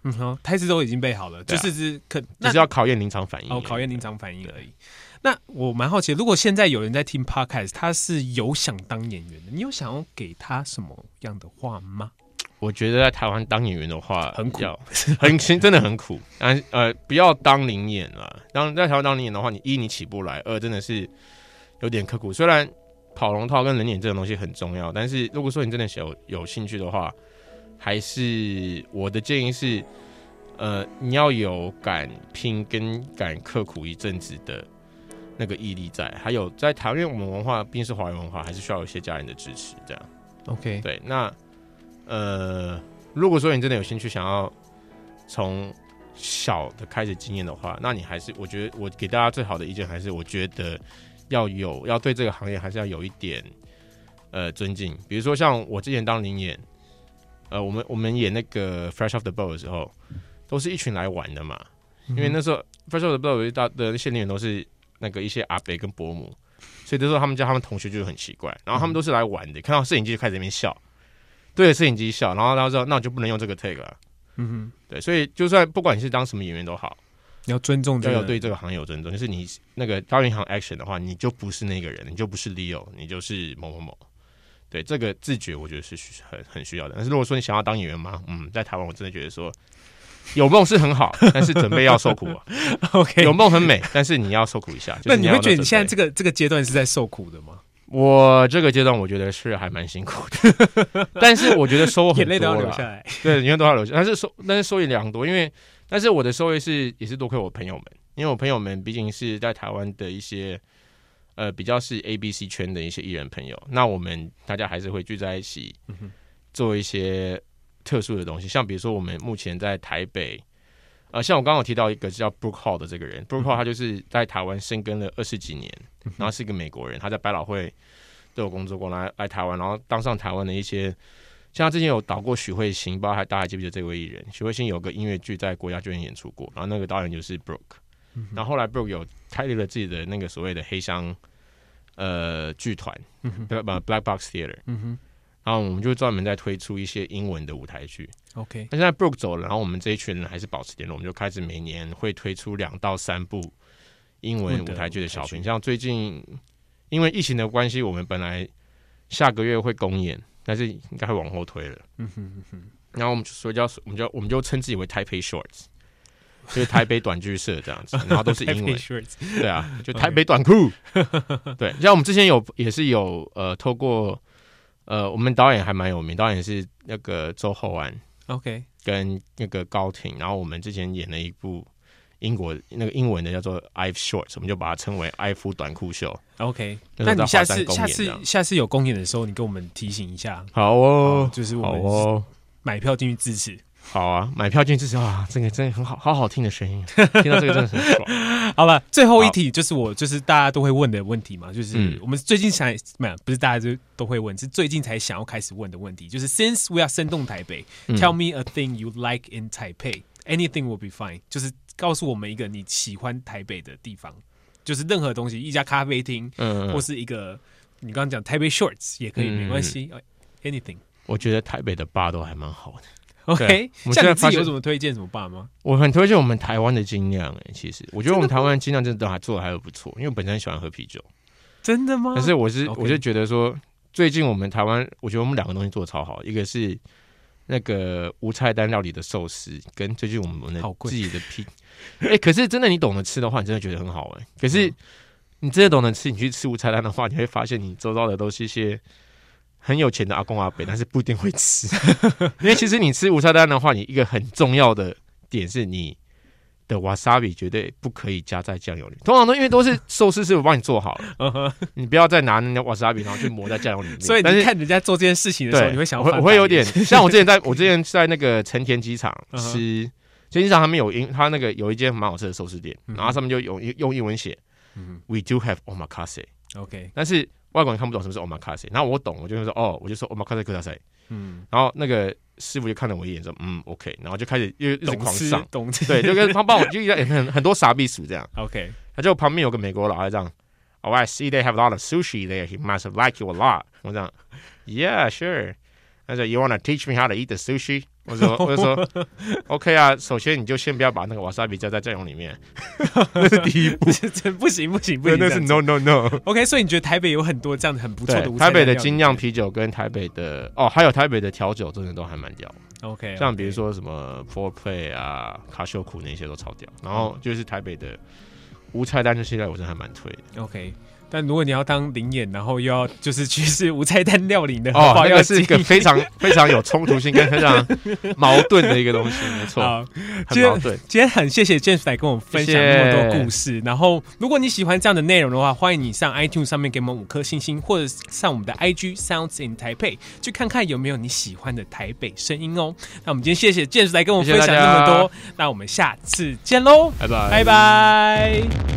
[SPEAKER 1] 嗯哼，台词都已经背好了，就
[SPEAKER 2] 对啊
[SPEAKER 1] 是只可
[SPEAKER 2] 只
[SPEAKER 1] 那
[SPEAKER 2] 是要考验临场反应而
[SPEAKER 1] 哦
[SPEAKER 2] 已。
[SPEAKER 1] 考验临场反应而已。那我蛮好奇，如果现在有人在听 Podcast，他是有想当演员的，你有想要给他什么样的话吗？
[SPEAKER 2] 我觉得在台湾当演员的话
[SPEAKER 1] 很苦
[SPEAKER 2] 要， 很辛真的很苦。但呃，不要当零演了。当在台湾当零演的话，你一你起不来，二真的是有点刻苦。虽然跑龙套跟人演这种东西很重要，但是如果说你真的有有兴趣的话，还是我的建议是，呃，你要有敢拼跟敢刻苦一阵子的那个毅力在，还有在台湾，因为我们文化毕竟是华人文化，还是需要有一些家人的支持这样。
[SPEAKER 1] OK，
[SPEAKER 2] 对，那呃，如果说你真的有兴趣想要从小的开始经验的话，那你还是我觉得我给大家最好的意见还是我觉得要有要对这个行业还是要有一点呃尊敬。比如说像我之前当零演，呃，我们我们演那个 Fresh Off the Boat 的时候，都是一群来玩的嘛，因为那时候 Fresh Off the Boat 大的那些零演都是那个一些阿伯跟伯母。所以那时候他们叫他们同学就很奇怪，然后
[SPEAKER 1] 嗯
[SPEAKER 2] 他们都是来玩的，看到摄影机就开始在那边笑，对着摄影机笑，然后他说：“那我就不能用这个 take 了。
[SPEAKER 1] 嗯哼，”
[SPEAKER 2] 对，所以就算不管你是当什么演员都好，
[SPEAKER 1] 你要尊重这
[SPEAKER 2] 要
[SPEAKER 1] 个
[SPEAKER 2] 有对这个行业有尊重。就是你那个导演行 action 的话，你就不是那个人，你就不是 Leo，你就是某某某。对，这个自觉我觉得是需很很需要的。但是如果说你想要当演员吗？嗯，在台湾我真的觉得说有梦是很好，但是准备要受苦啊。
[SPEAKER 1] OK
[SPEAKER 2] 有。梦很美，但是你要受苦一下。就
[SPEAKER 1] 那
[SPEAKER 2] 是
[SPEAKER 1] 你
[SPEAKER 2] 要
[SPEAKER 1] 会
[SPEAKER 2] 有
[SPEAKER 1] 觉得你
[SPEAKER 2] 准
[SPEAKER 1] 现在
[SPEAKER 2] 备
[SPEAKER 1] 这个这个阶段是在受苦的吗？
[SPEAKER 2] 我这个阶段我觉得是还蛮辛苦的， 但是我觉得收获
[SPEAKER 1] 眼
[SPEAKER 2] 很
[SPEAKER 1] 泪都
[SPEAKER 2] 多
[SPEAKER 1] 要流
[SPEAKER 2] 了
[SPEAKER 1] 下，来。
[SPEAKER 2] 对，永远都要留下。但是收，但是收益良多，因为但是我的收益是也是多亏我朋友们，因为我朋友们毕竟是在台湾的一些呃比较是 A B C 圈的一些艺人朋友，那我们大家还是会聚在一起
[SPEAKER 1] 哼
[SPEAKER 2] 做一些特殊的东西，像比如说我们目前在台北。呃，像我刚刚有提到一个叫 Brook Hall 的这个人，Brook Hall 他就是在台湾深耕了二十几年，然后是一个美国人，他在百老汇都有工作过，来来台湾，然后当上台湾的一些像他之前有导过许慧欣，不知道还大家还记不记得这位艺人？许慧欣有个音乐剧在国家剧院演出过，然后那个导演就是 Brooke，、然后后来 Brooke 有开立了自己的那个所谓的黑箱呃剧团，对吧？Black Box Theater，、
[SPEAKER 1] 嗯哼
[SPEAKER 2] 然后我们就专门在推出一些英文的舞台剧。
[SPEAKER 1] OK，
[SPEAKER 2] 那现在 Brooke 走了，然后我们这一群人还是保持联络，我们就开始每年会推出两到三部英文舞台剧的小
[SPEAKER 1] 哦英文的舞台剧
[SPEAKER 2] 品。像最近因为疫情的关系，我们本来下个月会公演，但是应该会往后推了。
[SPEAKER 1] 嗯哼嗯哼，
[SPEAKER 2] 然后我们就所以叫我们就我们就称自己为台北 Shorts，就是台北短剧社这样 子，然后都是英文，
[SPEAKER 1] Shorts，
[SPEAKER 2] 对啊，就台北短裤。对，像我们之前有也是有呃，透过呃，我们导演还蛮有名，导演是那个周厚安，
[SPEAKER 1] OK，
[SPEAKER 2] 跟那个高挺，然后我们之前演了一部英国那个英文的叫做 i v e Shorts，我们就把它称为艾夫短裤秀。
[SPEAKER 1] OK，
[SPEAKER 2] 那
[SPEAKER 1] 那
[SPEAKER 2] 时候
[SPEAKER 1] 你
[SPEAKER 2] 在
[SPEAKER 1] 下
[SPEAKER 2] 华山
[SPEAKER 1] 次
[SPEAKER 2] 公
[SPEAKER 1] 下
[SPEAKER 2] 演这
[SPEAKER 1] 次
[SPEAKER 2] 样
[SPEAKER 1] 下次有公演的时候，你跟我们提醒一下，
[SPEAKER 2] 好
[SPEAKER 1] 哦
[SPEAKER 2] 哦，，
[SPEAKER 1] 就是
[SPEAKER 2] 好
[SPEAKER 1] 我们
[SPEAKER 2] 哦，
[SPEAKER 1] 买票进去支持。
[SPEAKER 2] 好啊，买票进去之后啊，这个真的很好，好好听的声音，啊听到这个真的很 爽。
[SPEAKER 1] 好了，最后一题就是我就是大家都会问的问题嘛，就是
[SPEAKER 2] 嗯
[SPEAKER 1] 我们最近想没有不是大家就都会问，是最近才想要开始问的问题，就是 Since we are 生动台北、
[SPEAKER 2] 嗯
[SPEAKER 1] t e l l me a thing you like in Taipei, anything will be fine，就是告诉我们一个你喜欢台北的地方，就是任何东西，一家咖啡厅、
[SPEAKER 2] 嗯，
[SPEAKER 1] 或
[SPEAKER 2] 我
[SPEAKER 1] 是一个你刚刚讲台北 shorts 也可以，
[SPEAKER 2] 嗯
[SPEAKER 1] 没关系、a 哎 n y t h i n g
[SPEAKER 2] 我觉得台北的吧都还蛮好的，
[SPEAKER 1] OK，
[SPEAKER 2] 我们
[SPEAKER 1] 像
[SPEAKER 2] 现在
[SPEAKER 1] 你自
[SPEAKER 2] 发
[SPEAKER 1] 己有
[SPEAKER 2] 现
[SPEAKER 1] 什么推荐什么爸吗？
[SPEAKER 2] 我很推荐我们台湾的精酿诶、其实我觉得我们台湾的精酿真的都还做的还有不错，因为我本身很喜欢喝啤酒，
[SPEAKER 1] 真的吗？
[SPEAKER 2] 但是我是
[SPEAKER 1] OK
[SPEAKER 2] 我就觉得说，最近我们台湾，我觉得我们两个东西做的超好，一个是那个无菜单料理的寿司，跟最近我们的
[SPEAKER 1] 好贵
[SPEAKER 2] 自己的 拼。哎、可是真的你懂得吃的话，你真的觉得很好哎、可是
[SPEAKER 1] 嗯
[SPEAKER 2] 你真的懂得吃，你去吃无菜单的话，你会发现你周遭的都是一些。很有钱的阿公阿伯，但是不一定会 吃，因为其实你吃无菜单的话，你一个很重要的点是你的 wasabi 绝对不可以加在酱油里。通常都因为都是寿司是我帮你做好了，
[SPEAKER 1] 嗯哼
[SPEAKER 2] 你不要再拿那瓦萨比，然后去抹在酱油里 面。
[SPEAKER 1] 所以
[SPEAKER 2] 但
[SPEAKER 1] 你
[SPEAKER 2] 是
[SPEAKER 1] 看人家做这件事情的时候，
[SPEAKER 2] 对，
[SPEAKER 1] 你会想要
[SPEAKER 2] 我会
[SPEAKER 1] 翻
[SPEAKER 2] 我会
[SPEAKER 1] 白
[SPEAKER 2] 有
[SPEAKER 1] 眼
[SPEAKER 2] 点像我之前在我之前在那个成田机场
[SPEAKER 1] 嗯哼
[SPEAKER 2] 吃，成田机场他们有英，他那个有一间蛮好吃的寿司店，
[SPEAKER 1] 嗯哼
[SPEAKER 2] 然后上面就有用英文写
[SPEAKER 1] 嗯
[SPEAKER 2] “We do have omakase”，
[SPEAKER 1] OK，
[SPEAKER 2] 但是外国人看不懂什么是 omakase，然后我懂，我就会说哦，我就说 omakase k u d a s
[SPEAKER 1] 嗯，
[SPEAKER 2] 然后那个师傅就看了我一眼说嗯 OK，然后就开始又又一直
[SPEAKER 1] 懂
[SPEAKER 2] 狂
[SPEAKER 1] 吃
[SPEAKER 2] 上，
[SPEAKER 1] 懂吃
[SPEAKER 2] 对，就跟他帮我就一直在很很多傻逼数这样。
[SPEAKER 1] OK，
[SPEAKER 2] 他就旁边有个美国佬，他这样，Oh, I see they have a lot of sushi there. He must have liked you a lot. 我这样，Yeah, sure. 他说，You wanna teach me how to eat the sushi？我说， 我就说，OK 啊，首先你就先不要把那个 wasabi 加在酱油里面， 那是第一 步，
[SPEAKER 1] 这不行不行不行，
[SPEAKER 2] 对，那是 no no no。
[SPEAKER 1] OK。所以你觉得台北有很多这样很不错的
[SPEAKER 2] 对
[SPEAKER 1] 无，
[SPEAKER 2] 台北的
[SPEAKER 1] 精
[SPEAKER 2] 精酿啤酒跟台北的哦，还有台北的调酒，真的都还蛮屌。
[SPEAKER 1] ，OK，
[SPEAKER 2] 像比如说什么 Four Play 啊、卡秀苦那些都超屌。然后就是台北的无菜单，这些我真的还蛮推的。
[SPEAKER 1] OK。但如果你要当灵眼，然后又要就是去是无菜单料理的
[SPEAKER 2] 哦，
[SPEAKER 1] 话，
[SPEAKER 2] 那
[SPEAKER 1] 要
[SPEAKER 2] 个是一个非常非常有冲突性跟非常矛盾的一个东西，没错，
[SPEAKER 1] 好，
[SPEAKER 2] 很矛盾。
[SPEAKER 1] 今天很谢谢 James 来跟我们分享
[SPEAKER 2] 谢谢
[SPEAKER 1] 那么多故事。然后，如果你喜欢这样的内容的话，欢迎你上 iTunes 上面给我们五颗星星，或者上我们的 IG Sounds in Taipei 去看看有没有你喜欢的台北声音哦。那我们今天谢谢 James 来跟我们
[SPEAKER 2] 谢谢
[SPEAKER 1] 分
[SPEAKER 2] 大
[SPEAKER 1] 享
[SPEAKER 2] 家
[SPEAKER 1] 这么多，那我们下次见喽，
[SPEAKER 2] 拜拜，
[SPEAKER 1] 拜拜